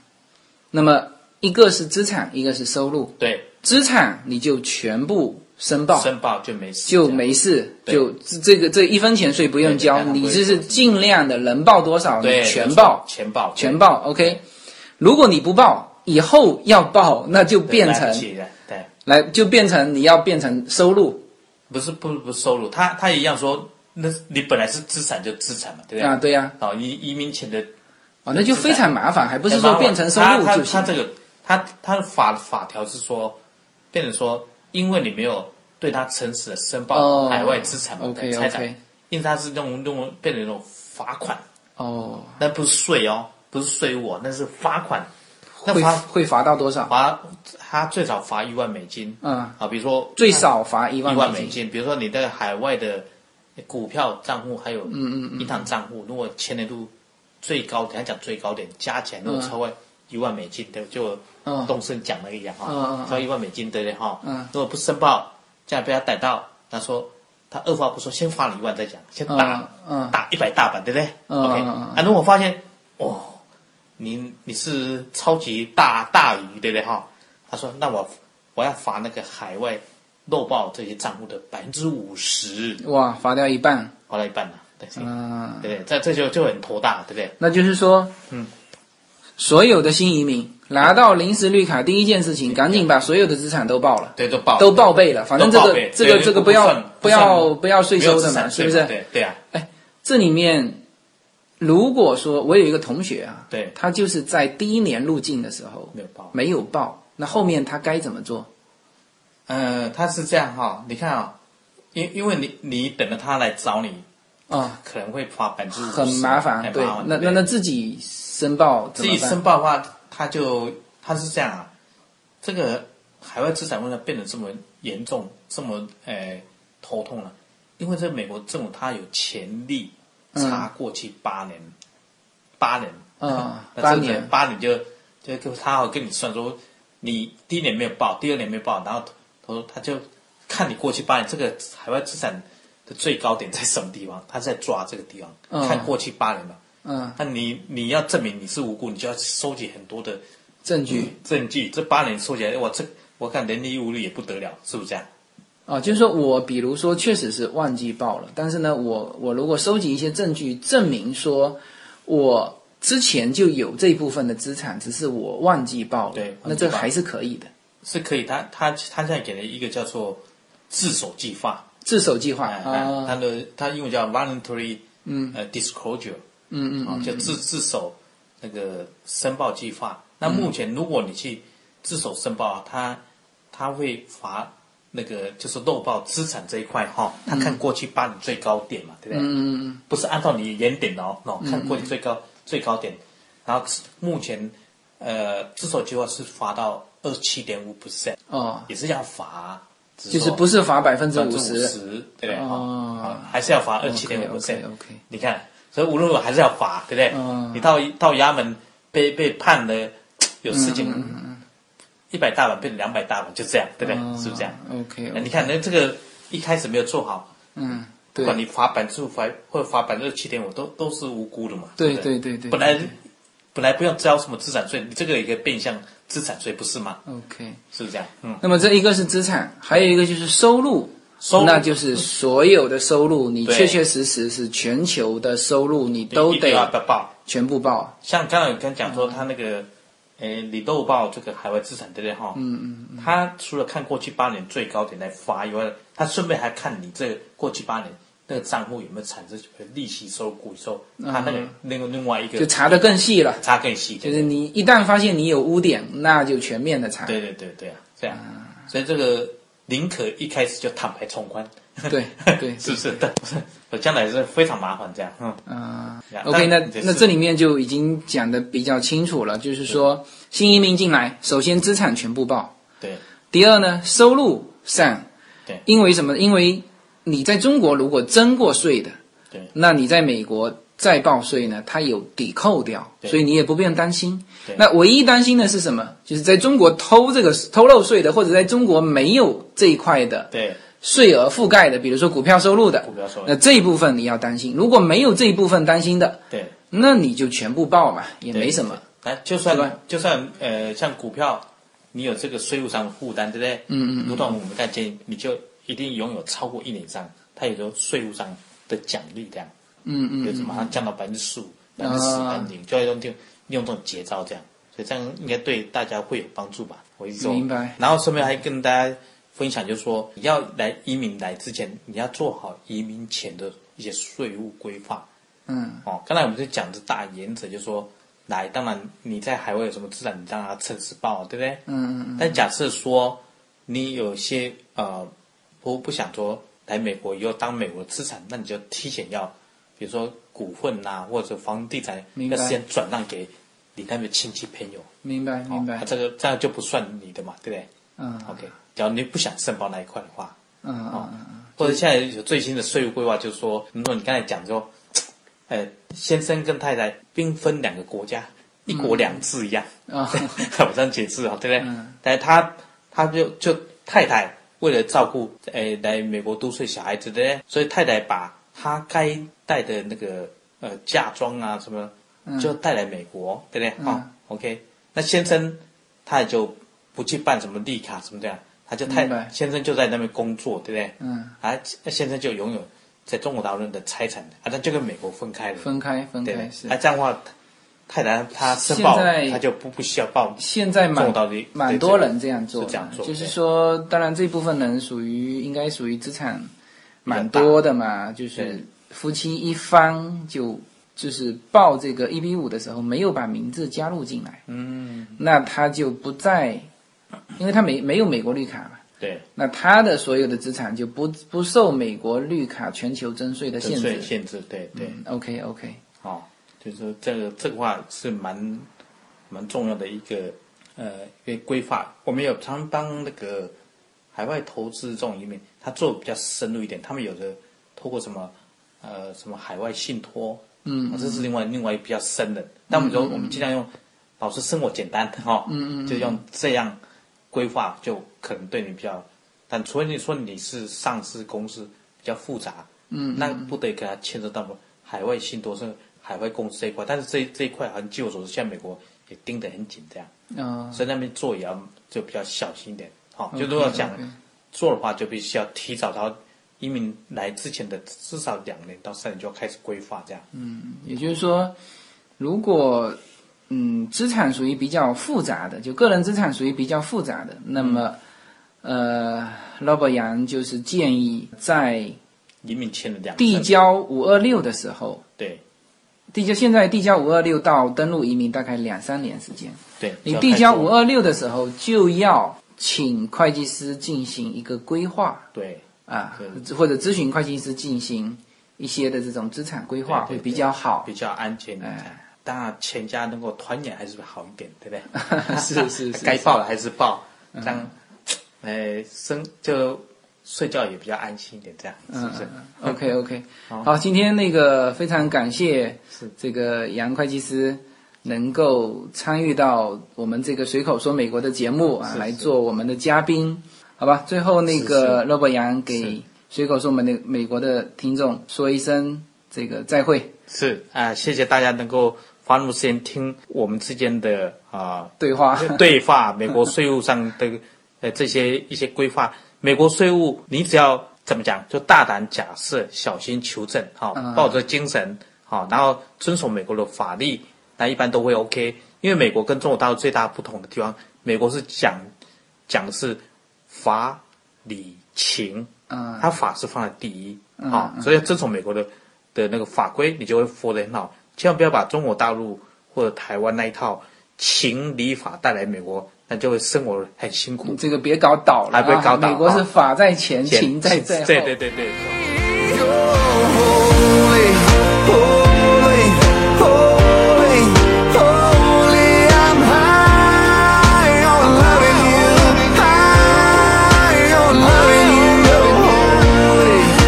Speaker 2: 那么一个是资产，一个是收入，
Speaker 5: 对，
Speaker 2: 资产你就全部申报，
Speaker 5: 申报就没事这样，
Speaker 2: 就没事，
Speaker 5: 对
Speaker 2: 就这这个这一分钱税不用交，
Speaker 5: 对对对
Speaker 2: 你就是尽量的能报多少
Speaker 5: 对
Speaker 2: 你全报，
Speaker 5: 全报
Speaker 2: 全报。OK，如果你不报，以后要报，那就
Speaker 5: 对
Speaker 2: 变
Speaker 5: 来不
Speaker 2: 成
Speaker 5: 及了对，
Speaker 2: 来就变成你要变成收入
Speaker 5: 不是不不收入，他他一样说，那你本来是资产就资产嘛，对不对？
Speaker 2: 啊，对呀、
Speaker 5: 哦，移移民前的
Speaker 2: 哦，那就非常麻烦，还不是说变成收入
Speaker 5: 哎他他
Speaker 2: 就
Speaker 5: 他
Speaker 2: 行
Speaker 5: 这个他他的法法条是说，变成说，因为你没有对他诚实的申报
Speaker 2: 哦
Speaker 5: 海外资产嘛、
Speaker 2: OK，
Speaker 5: 财产
Speaker 2: OK
Speaker 5: 因为他是用用变成一种罚款，
Speaker 2: 哦，
Speaker 5: 那不是税哦，不是税务、哦，那是罚款。那
Speaker 2: 会
Speaker 5: 罚
Speaker 2: 会罚到多少？
Speaker 5: 罚他最少罚一万美金，
Speaker 2: 嗯
Speaker 5: 啊，比如说
Speaker 2: 最少罚一
Speaker 5: 一万
Speaker 2: 美
Speaker 5: 美。金，比如说你的海外的股票账户还有嗯嗯银行账户，如果牵连度最高，等下讲最高点，加起来如果超过一万美金的，就
Speaker 2: 嗯
Speaker 5: 东升讲那个一样哈
Speaker 2: 嗯嗯嗯，
Speaker 5: 超过一万美金对不对哈？
Speaker 2: 嗯
Speaker 5: 如果不申报，这样被他逮到，他说他二话不说，先罚你一万再讲，先打
Speaker 2: 嗯嗯
Speaker 5: 打一百大板，对不对
Speaker 2: 嗯
Speaker 5: ？OK，
Speaker 2: 嗯嗯
Speaker 5: 啊，如果发现哦，你你是超级大大鱼，对不对哈？他说那我我要罚那个海外漏报这些账户的百分之五十，
Speaker 2: 哇，罚掉一半，
Speaker 5: 划到一半了，对对
Speaker 2: 嗯，
Speaker 5: 对，这这就就很头大，对不对？
Speaker 2: 那就是说，嗯，所有的新移民拿到临时绿卡，第一件事情赶紧把所有的资产都报了，
Speaker 5: 对，都报
Speaker 2: 都报备了，反正这
Speaker 5: 都报
Speaker 2: 个
Speaker 5: 备
Speaker 2: 这个
Speaker 5: 对
Speaker 2: 这个
Speaker 5: 不
Speaker 2: 要
Speaker 5: 算
Speaker 2: 不
Speaker 5: 不算
Speaker 2: 要不要税
Speaker 5: 没有
Speaker 2: 收
Speaker 5: 资
Speaker 2: 的嘛，
Speaker 5: 产
Speaker 2: 是
Speaker 5: 税
Speaker 2: 不
Speaker 5: 嘛
Speaker 2: 是？
Speaker 5: 对对啊，
Speaker 2: 这里面，如果说我有一个同学啊，
Speaker 5: 对
Speaker 2: 他就是在第一年入境的时候
Speaker 5: 没有报。
Speaker 2: 没有报，那后面他该怎么做？
Speaker 5: 嗯，他是这样哈，你看啊，因因为你你等着他来找你，
Speaker 2: 啊、
Speaker 5: 可能会花百分之
Speaker 2: 很麻烦，
Speaker 5: 很
Speaker 2: 对
Speaker 5: 麻，烦。
Speaker 2: 那
Speaker 5: 对
Speaker 2: 那那自己申报
Speaker 5: 自
Speaker 2: 怎么
Speaker 5: 己
Speaker 2: 办？
Speaker 5: 申报的话，他就他是这样啊，这个海外资产为什么变得这么严重，这么呃头痛呢？因为这美国政府它有权利查过去八年，八年
Speaker 2: 嗯，
Speaker 5: 那
Speaker 2: 八
Speaker 5: 这个可能
Speaker 2: 年，
Speaker 5: 八年就就就他好跟你算说，你第一年没有报，第二年没有报，然后他说他就看你过去八年这个海外资产的最高点在什么地方，他在抓这个地方，
Speaker 2: 嗯
Speaker 5: 看过去八年嘛。
Speaker 2: 嗯，
Speaker 5: 那你你要证明你是无辜，你就要收集很多的
Speaker 2: 证据
Speaker 5: 证据。这八年收集来，哇，这我看人力义务率也不得了，是不是这样？
Speaker 2: 啊，就是说我比如说确实是忘记报了，但是呢，我我如果收集一些证据证明说我之前就有这部分的资产，只是我忘记报了，
Speaker 5: 对
Speaker 2: 那
Speaker 5: 忘记
Speaker 2: 这
Speaker 5: 报
Speaker 2: 还是可以的。
Speaker 5: 是可以，他他他现在给了一个叫做自首计划，
Speaker 2: 自首计划
Speaker 5: 哎哎，他
Speaker 2: 啊，
Speaker 5: 的他英文叫 voluntary 嗯呃 disclosure 嗯嗯，啊叫自自首那个申报计划。那目前如果你去自首申报，他他会罚那个就是漏报资产这一块哈，他看过去把你最高点嘛，对不对？
Speaker 2: 嗯，
Speaker 5: 不是按照你原点的哦，喏，看过去最高最高点，然后目前呃自首计划是罚到二七点五 percent，
Speaker 2: 哦，
Speaker 5: 也是要罚，只
Speaker 2: 就是
Speaker 5: 说
Speaker 2: 不是罚百分之
Speaker 5: 百分
Speaker 2: 五
Speaker 5: 之五
Speaker 2: 十
Speaker 5: 十，对不对？
Speaker 2: 哦
Speaker 5: 好还是要罚呃二七点五
Speaker 2: OK，OK，OK
Speaker 5: 你看，所以无论如何还是要罚，对不对？
Speaker 2: 嗯
Speaker 5: 你到到衙门被被判了有事情，
Speaker 2: 嗯
Speaker 5: 一百大板变成两百大板，就这样，对不对？
Speaker 2: 啊
Speaker 5: 是不是这样？哎
Speaker 2: ？OK，
Speaker 5: 你看，那这个一开始没有做好，
Speaker 2: 嗯，
Speaker 5: 不
Speaker 2: 对，
Speaker 5: 管你罚百分之五罚或者罚百分之七点五，都都是无辜的嘛。
Speaker 2: 对
Speaker 5: 不对
Speaker 2: 对对对
Speaker 5: 本来
Speaker 2: 对对
Speaker 5: 本来不用交什么资产税，你这个也可以变相资产税，不是吗？
Speaker 2: OK。
Speaker 5: 是不是这样？嗯。
Speaker 2: 那么这一个是资产，还有一个就是收入，
Speaker 5: 收入
Speaker 2: 那就是所有的收入，你
Speaker 5: 对
Speaker 2: 确确实实是全球的收入，你都
Speaker 5: 一定要
Speaker 2: 得
Speaker 5: 报，
Speaker 2: 全部报。
Speaker 5: 像刚才有跟
Speaker 2: 嗯
Speaker 5: 讲说，他那个，诶，李豆报这个海外资产，对不对哈？嗯嗯。他除了看过去八年最高点来发以外，他顺便还看你这过去八年那个账户有没有产生利息收入、股息收入，他那个那个另外一
Speaker 2: 嗯就
Speaker 5: 个
Speaker 2: 查得更细了。
Speaker 5: 差更细，
Speaker 2: 就
Speaker 5: 对
Speaker 2: 是你一旦发现你有污点，那就全面的查。
Speaker 5: 对对对对啊，这样，
Speaker 2: 嗯
Speaker 5: 所以这个宁可一开始就坦白从宽，
Speaker 2: 对 对
Speaker 5: 是不是？但不是，我 将来是非常麻烦这样，嗯。
Speaker 2: 啊、
Speaker 5: 呀
Speaker 2: o k 那
Speaker 5: 但你的
Speaker 2: 那
Speaker 5: 是
Speaker 2: 这里面就已经讲的比较清楚了，就是说新移民进来，首先资产全部报，
Speaker 5: 对
Speaker 2: 第二呢收入上，
Speaker 5: 对
Speaker 2: 因为什么？因为你在中国如果征过税的，
Speaker 5: 对
Speaker 2: 那你在美国再报税呢，它有抵扣掉，
Speaker 5: 对
Speaker 2: 所以你也不便担心
Speaker 5: 对。
Speaker 2: 那唯一担心的是什么？就是在中国偷这个偷漏税的，或者在中国没有这一块的
Speaker 5: 对
Speaker 2: 税额覆盖的，比如说股票收入的，
Speaker 5: 股票收入
Speaker 2: 那这一部分你要担心。如果没有这一部分担心的，
Speaker 5: 对。
Speaker 2: 那你就全部报嘛，也
Speaker 5: 对
Speaker 2: 没什么。。
Speaker 5: 那就是
Speaker 2: 吧
Speaker 5: 算就算呃，像股票，你有这个税务上的负担，对不对？嗯嗯。如同我们在建议，你就一定拥有超过一年以上，它有时候税务上的奖励这样，
Speaker 2: 嗯嗯，
Speaker 5: 就是马上降到百分之十五、百分之十、
Speaker 2: 啊
Speaker 5: 百分之零，就要用这种用这种节招这样，所以这样应该对大家会有帮助吧？我一直说
Speaker 2: 明白
Speaker 5: 然后顺便还跟大家分享，就是说你要来移民来之前，你要做好移民前的一些税务规划。
Speaker 2: 嗯
Speaker 5: 哦，刚才我们就讲这大原则，就是说，来，当然你在海外有什么资产，你当然要诚实报，对不对？
Speaker 2: 嗯嗯
Speaker 5: 但假设说你有些呃不不想说来美国以后当美国资产，那你就提前要，比如说股份呐、或者房地产，
Speaker 2: 明白
Speaker 5: 要先转让给你那边亲戚朋友，
Speaker 2: 明白
Speaker 5: 哦
Speaker 2: 明，白
Speaker 5: 那。这个这样就不算你的嘛，对不对、
Speaker 2: 嗯
Speaker 5: o k 假如你不想申报那一块的话，
Speaker 2: 嗯
Speaker 5: 哦
Speaker 2: 嗯，
Speaker 5: 或者现在有最新的税务规划，就是说，如果你刚才讲说，呃，先生跟太太兵分两个国家，一国两制一样，
Speaker 2: 啊
Speaker 5: 我这样解释啊，对不对？
Speaker 2: 嗯
Speaker 5: 但是他他就就太太为了照顾呃来美国读书小孩子，对不对？所以太太把她该带的那个呃嫁妆啊什么，
Speaker 2: 嗯
Speaker 5: 就带来美国，对不对？好、o k 那先生他也就不去办什么绿卡什么这样，他就太
Speaker 2: 明白
Speaker 5: 先生就在那边工作，对不对？
Speaker 2: 嗯，
Speaker 5: 啊，先生就拥有在中国大陆的财产，啊，他就跟美国分开了，
Speaker 2: 分开分
Speaker 5: 对不对
Speaker 2: 开是。
Speaker 5: 啊，这样的话，太太他申报
Speaker 2: 现在
Speaker 5: 他就不不需要报，
Speaker 2: 现在蛮
Speaker 5: 中国大陆
Speaker 2: 蛮多人这样做的，
Speaker 5: 是这样做
Speaker 2: 就是
Speaker 5: 对
Speaker 2: 说，当然这部分人属于应该属于资产蛮多的嘛，就是
Speaker 5: 对
Speaker 2: 夫妻一方就就是报这个一比五的时候没有把名字加入进来，嗯，那他就不在，因为他没没有美国绿卡嘛，
Speaker 5: 对，
Speaker 2: 那他的所有的资产就不不受美国绿卡全球征税的
Speaker 5: 征
Speaker 2: 限
Speaker 5: 税
Speaker 2: 制。嗯
Speaker 5: 限制，对对，
Speaker 2: OK OK，
Speaker 5: 哦，就是说这个这个话是蛮蛮重要的一个呃一个规划。我们有常帮那个海外投资这种移民，他做得比较深入一点，他们有的透过什么呃什么海外信托，
Speaker 2: 嗯
Speaker 5: 哦这是另外另外比较深的。但我们说，我们尽量用保持生活简单哈、 哦，
Speaker 2: 嗯嗯嗯
Speaker 5: 就用这样规划，就可能对你比较。但除非你说你是上市公司比较复杂，
Speaker 2: 嗯
Speaker 5: 那不得给它牵扯到海外信托是海外公司这一块，但是这这一块好像据我所知，现在美国也盯得很紧，这样，
Speaker 2: 啊
Speaker 5: 所以那边做也要就比较小心一点。好、就如果想做的话，就必须要提早到移民来之前的至少两年到三年就要开始规划这样。
Speaker 2: 也就是说，如果嗯资产属于比较复杂的，就个人资产属于比较复杂的，那么、
Speaker 5: 嗯
Speaker 2: 呃，老板杨就是建议在
Speaker 5: 移民签了两
Speaker 2: 递
Speaker 5: 份
Speaker 2: 交五二六的时候，
Speaker 5: 对
Speaker 2: 递交现在递交五二六到登录移民大概两三年时间，
Speaker 5: 对，
Speaker 2: 你
Speaker 5: 就要
Speaker 2: 递
Speaker 5: 开
Speaker 2: 交
Speaker 5: 始
Speaker 2: 五二六的时候就要请会计师进行一个规划。
Speaker 5: 对
Speaker 2: 啊
Speaker 5: 对，
Speaker 2: 或者咨询会计师进行一些的这种资产规划会
Speaker 5: 对对
Speaker 2: 比较好
Speaker 5: 比。较安全一点
Speaker 2: 哎。
Speaker 5: 当然，全家能够团圆还是好一点，对不 对？
Speaker 2: 是是是嗯
Speaker 5: 该报的还是报，让呃生就睡觉也比较安心一点，这样是不
Speaker 2: 嗯
Speaker 5: 是？
Speaker 2: OK OK，
Speaker 5: 嗯好
Speaker 2: 好，今天那个非常感谢
Speaker 5: 是
Speaker 2: 这个杨会计师能够参与到我们这个随口说美国的节目啊，
Speaker 5: 是
Speaker 2: 来
Speaker 5: 是
Speaker 2: 做我们的嘉宾，好吧？最后那个 Robert 杨给
Speaker 5: 是
Speaker 2: 随口说美的美国的听众说一声这个再会
Speaker 5: 是啊、谢谢大家能够花那么多时间听我们之间的啊、
Speaker 2: 对话，
Speaker 5: 对话，美国税务上的呃这些一些规划，美国税务你只要怎么讲，就大胆假设，小心求证，好、
Speaker 2: 嗯
Speaker 5: 抱着精神，好、然后遵守美国的法律，那一般都会 OK。因为美国跟中国大陆最大不同的地方，美国是讲讲的是法理情，
Speaker 2: 嗯
Speaker 5: 它法是放在第一，啊、所以要遵守美国的的那个法规，你就会活得很好。千万不要把中国大陆或者台湾那一套情理法带来美国，那就会生活得很辛苦。
Speaker 2: 这个别搞倒了
Speaker 5: 还不会
Speaker 2: 啊！
Speaker 5: 搞倒
Speaker 2: 美国是
Speaker 5: 啊
Speaker 2: 法在前，情在在后。
Speaker 5: 对对对对。
Speaker 1: You're holy, holy, holy, holy. I'm high on loving you, high on loving you.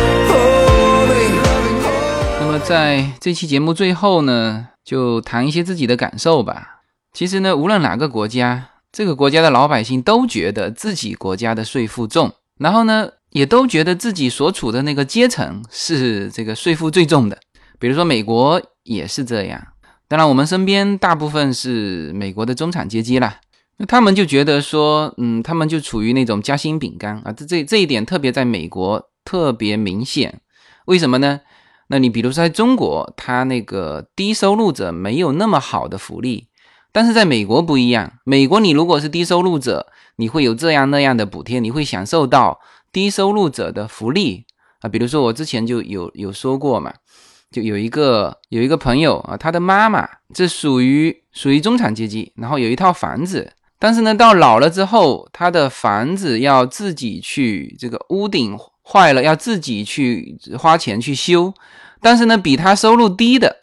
Speaker 1: You're holy, holy, holy.
Speaker 2: 那么在这期节目最后呢，就谈一些自己的感受吧。其实呢，无论哪个国家，这个国家的老百姓都觉得自己国家的税负重，然后呢，也都觉得自己所处的那个阶层是这个税负最重的。比如说美国也是这样。当然，我们身边大部分是美国的中产阶级啦，那他们就觉得说，嗯，他们就处于那种夹心饼干啊，这这这一点特别在美国特别明显。为什么呢？那你比如说在中国，他那个低收入者没有那么好的福利，但是在美国不一样。美国你如果是低收入者，你会有这样那样的补贴，你会享受到低收入者的福利啊。比如说我之前就有有说过嘛，就有一个有一个朋友啊，他的妈妈这属于属于中产阶级，然后有一套房子，但是呢，到老了之后，他的房子要自己去这个屋顶坏了，要自己去花钱去修，但是呢，比他收入低的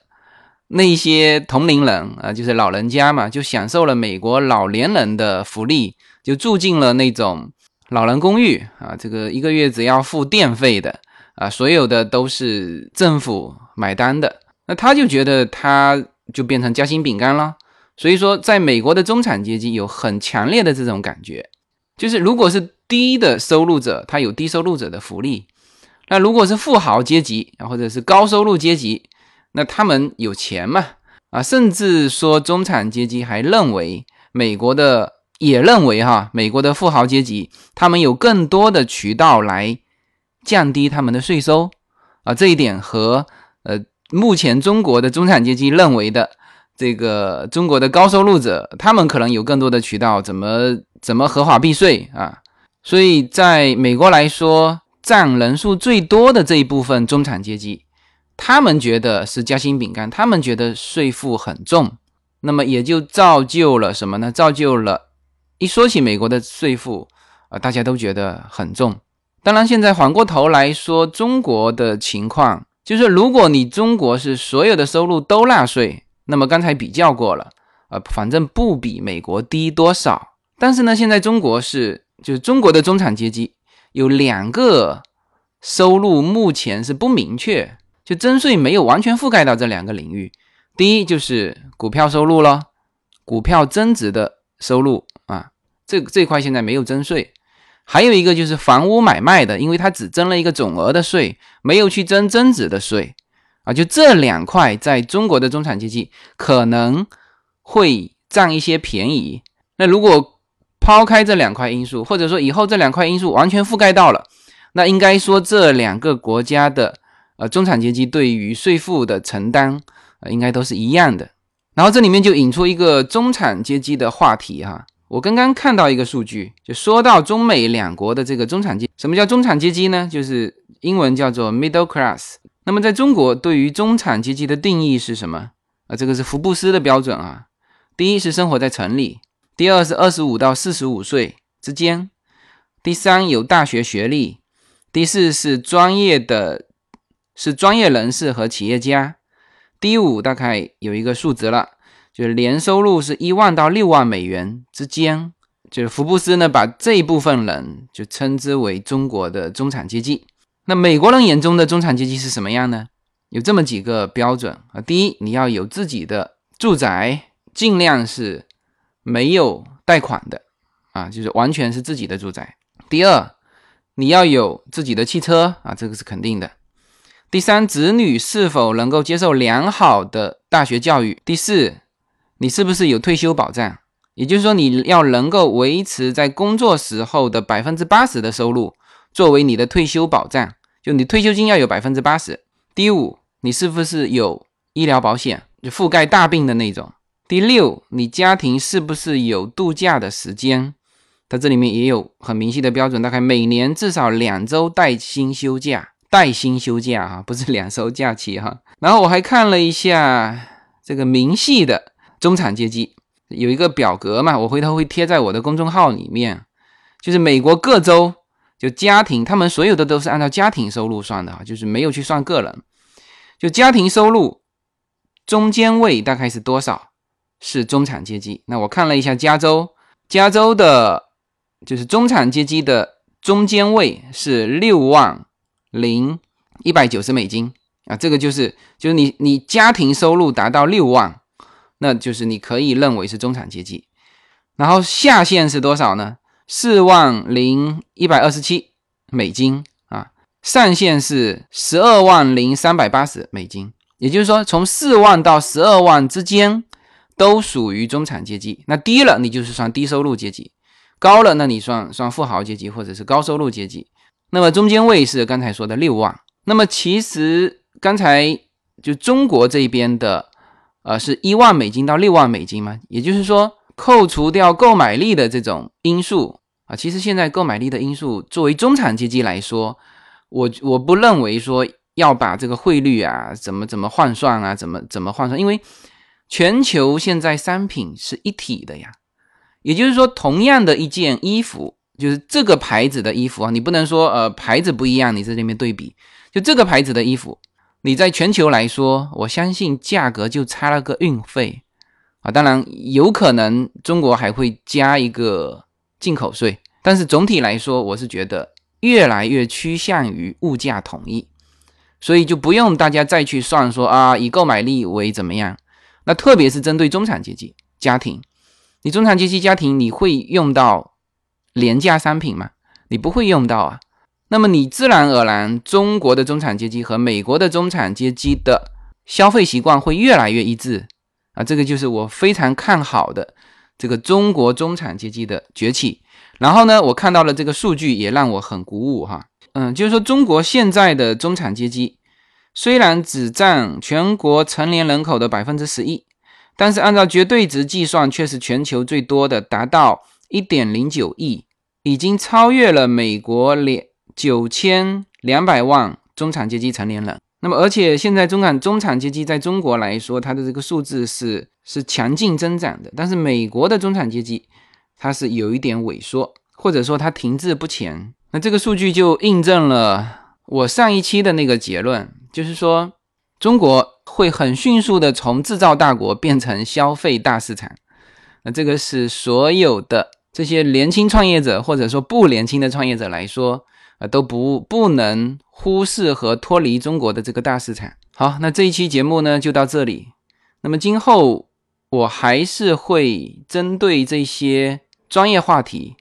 Speaker 2: 那一些同龄人啊，就是老人家嘛，就享受了美国老年人的福利，就住进了那种老人公寓啊，这个一个月只要付电费的啊，所有的都是政府买单的。那他就觉得他就变成夹心饼干了。所以说，在美国的中产阶级有很强烈的这种感觉，就是如果是低的收入者，他有低收入者的福利；那如果是富豪阶级，啊或者是高收入阶级，那他们有钱嘛？啊，甚至说中产阶级还认为美国的也认为哈，美国的富豪阶级他们有更多的渠道来降低他们的税收啊，这一点和呃目前中国的中产阶级认为的这个中国的高收入者，他们可能有更多的渠道怎么怎么合法避税啊。所以在美国来说，占人数最多的这一部分中产阶级，他们觉得是夹心饼干，他们觉得税负很重，那么也就造就了什么呢？造就了一说起美国的税负，呃，大家都觉得很重。当然，现在缓过头来说，中国的情况就是，如果你中国是所有的收入都纳税，那么刚才比较过了，呃，反正不比美国低多少。但是呢，现在中国是就是中国的中产阶级有两个收入目前是不明确，就征税没有完全覆盖到这两个领域。第一就是股票收入咯，股票增值的收入啊，这这块现在没有征税。还有一个就是房屋买卖的，因为它只征了一个总额的税，没有去征增值的税啊。就这两块，在中国的中产阶级可能会占一些便宜。那如果抛开这两块因素，或者说以后这两块因素完全覆盖到了，那应该说这两个国家的呃中产阶级对于税负的承担、呃、应该都是一样的。然后这里面就引出一个中产阶级的话题哈、啊。我刚刚看到一个数据，就说到中美两国的这个中产阶，什么叫中产阶级呢？就是英文叫做 middle class。那么在中国，对于中产阶级的定义是什么？啊，这个是福布斯的标准啊。第一是生活在城里，第二是二十五到四十五岁之间，第三有大学学历，第四是专业的，是专业人士和企业家，第五大概有一个数值了。就是年收入是一万到六万美元之间，就是福布斯呢把这一部分人就称之为中国的中产阶级。那美国人眼中的中产阶级是什么样呢？有这么几个标准啊：第一，你要有自己的住宅，尽量是没有贷款的啊，就是完全是自己的住宅；第二，你要有自己的汽车啊，这个是肯定的；第三，子女是否能够接受良好的大学教育；第四。你是不是有退休保障？也就是说，你要能够维持在工作时候的百分之八十的收入作为你的退休保障，就你退休金要有百分之八十。第五，你是不是有医疗保险，就覆盖大病的那种？第六，你家庭是不是有度假的时间？它这里面也有很明细的标准，大概每年至少两周带薪休假，带薪休假哈，不是两周假期哈。然后我还看了一下这个明细的。中产阶级有一个表格嘛，我回头会贴在我的公众号里面。就是美国各州就家庭，他们所有的都是按照家庭收入算的啊，就是没有去算个人。就家庭收入中间位大概是多少是中产阶级？那我看了一下加州，加州的就是中产阶级的中间位是六万零一百九十美金啊，这个就是就是你你家庭收入达到六万。那就是你可以认为是中产阶级，然后下限是多少呢？四万零一百二十七美金啊，上限是十二万零三百八十美金，也就是说从四万到十二万之间都属于中产阶级。那低了你就是算低收入阶级，高了那你算算富豪阶级或者是高收入阶级。那么中间位是刚才说的六万。那么其实刚才就中国这边的。呃，是一万美金到六万美金嘛？也就是说，扣除掉购买力的这种因素啊、呃，其实现在购买力的因素作为中产阶级来说，我我不认为说要把这个汇率啊怎么怎么换算啊，怎么怎么换算，因为全球现在商品是一体的呀。也就是说，同样的一件衣服，就是这个牌子的衣服啊，你不能说呃牌子不一样，你在那边对比，就这个牌子的衣服。你在全球来说，我相信价格就差了个运费啊，当然有可能中国还会加一个进口税，但是总体来说，我是觉得越来越趋向于物价统一，所以就不用大家再去算说啊以购买力为怎么样，那特别是针对中产阶级家庭，你中产阶级家庭你会用到廉价商品吗？你不会用到啊。那么你自然而然，中国的中产阶级和美国的中产阶级的消费习惯会越来越一致啊！这个就是我非常看好的这个中国中产阶级的崛起。然后呢，我看到了这个数据，也让我很鼓舞哈。嗯，就是说中国现在的中产阶级虽然只占全国成年人口的百分之十一，但是按照绝对值计算，却是全球最多的，达到一点零九亿，已经超越了美国两。九千两百万中产阶级成年人，那么而且现在中产中产阶级在中国来说，它的这个数字是是强劲增长的，但是美国的中产阶级它是有一点萎缩，或者说它停滞不前。那这个数据就印证了我上一期的那个结论，就是说中国会很迅速的从制造大国变成消费大市场。那这个是所有的这呃些年轻创业者或者说不年轻的创业者来说。啊，都不不能忽视和脱离中国的这个大市场。好，那这一期节目呢就到这里。那么今后我还是会针对这些专业话题，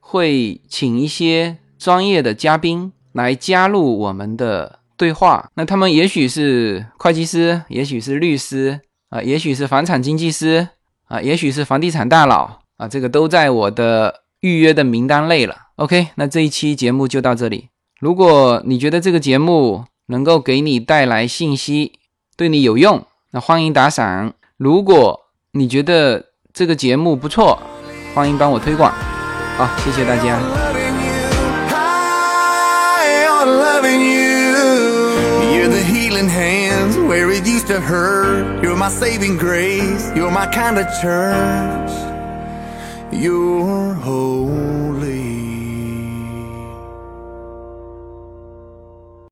Speaker 2: 会请一些专业的嘉宾来加入我们的对话。那他们也许是会计师，也许是律师啊、也许是房产经纪师啊、也许是房地产大佬啊、这个都在我的预约的名单内了。OK，那这一期节目就到这里。如果你觉得这个节目能够给你带来信息，对你有用，那欢迎打赏。如果你觉得这个节目不错，欢迎帮我推广。好，谢谢大家。
Speaker 1: loving you. High on loving you. You're the healing hands where it used to hurt. You're my saving grace. You're my kind of church. You're holy.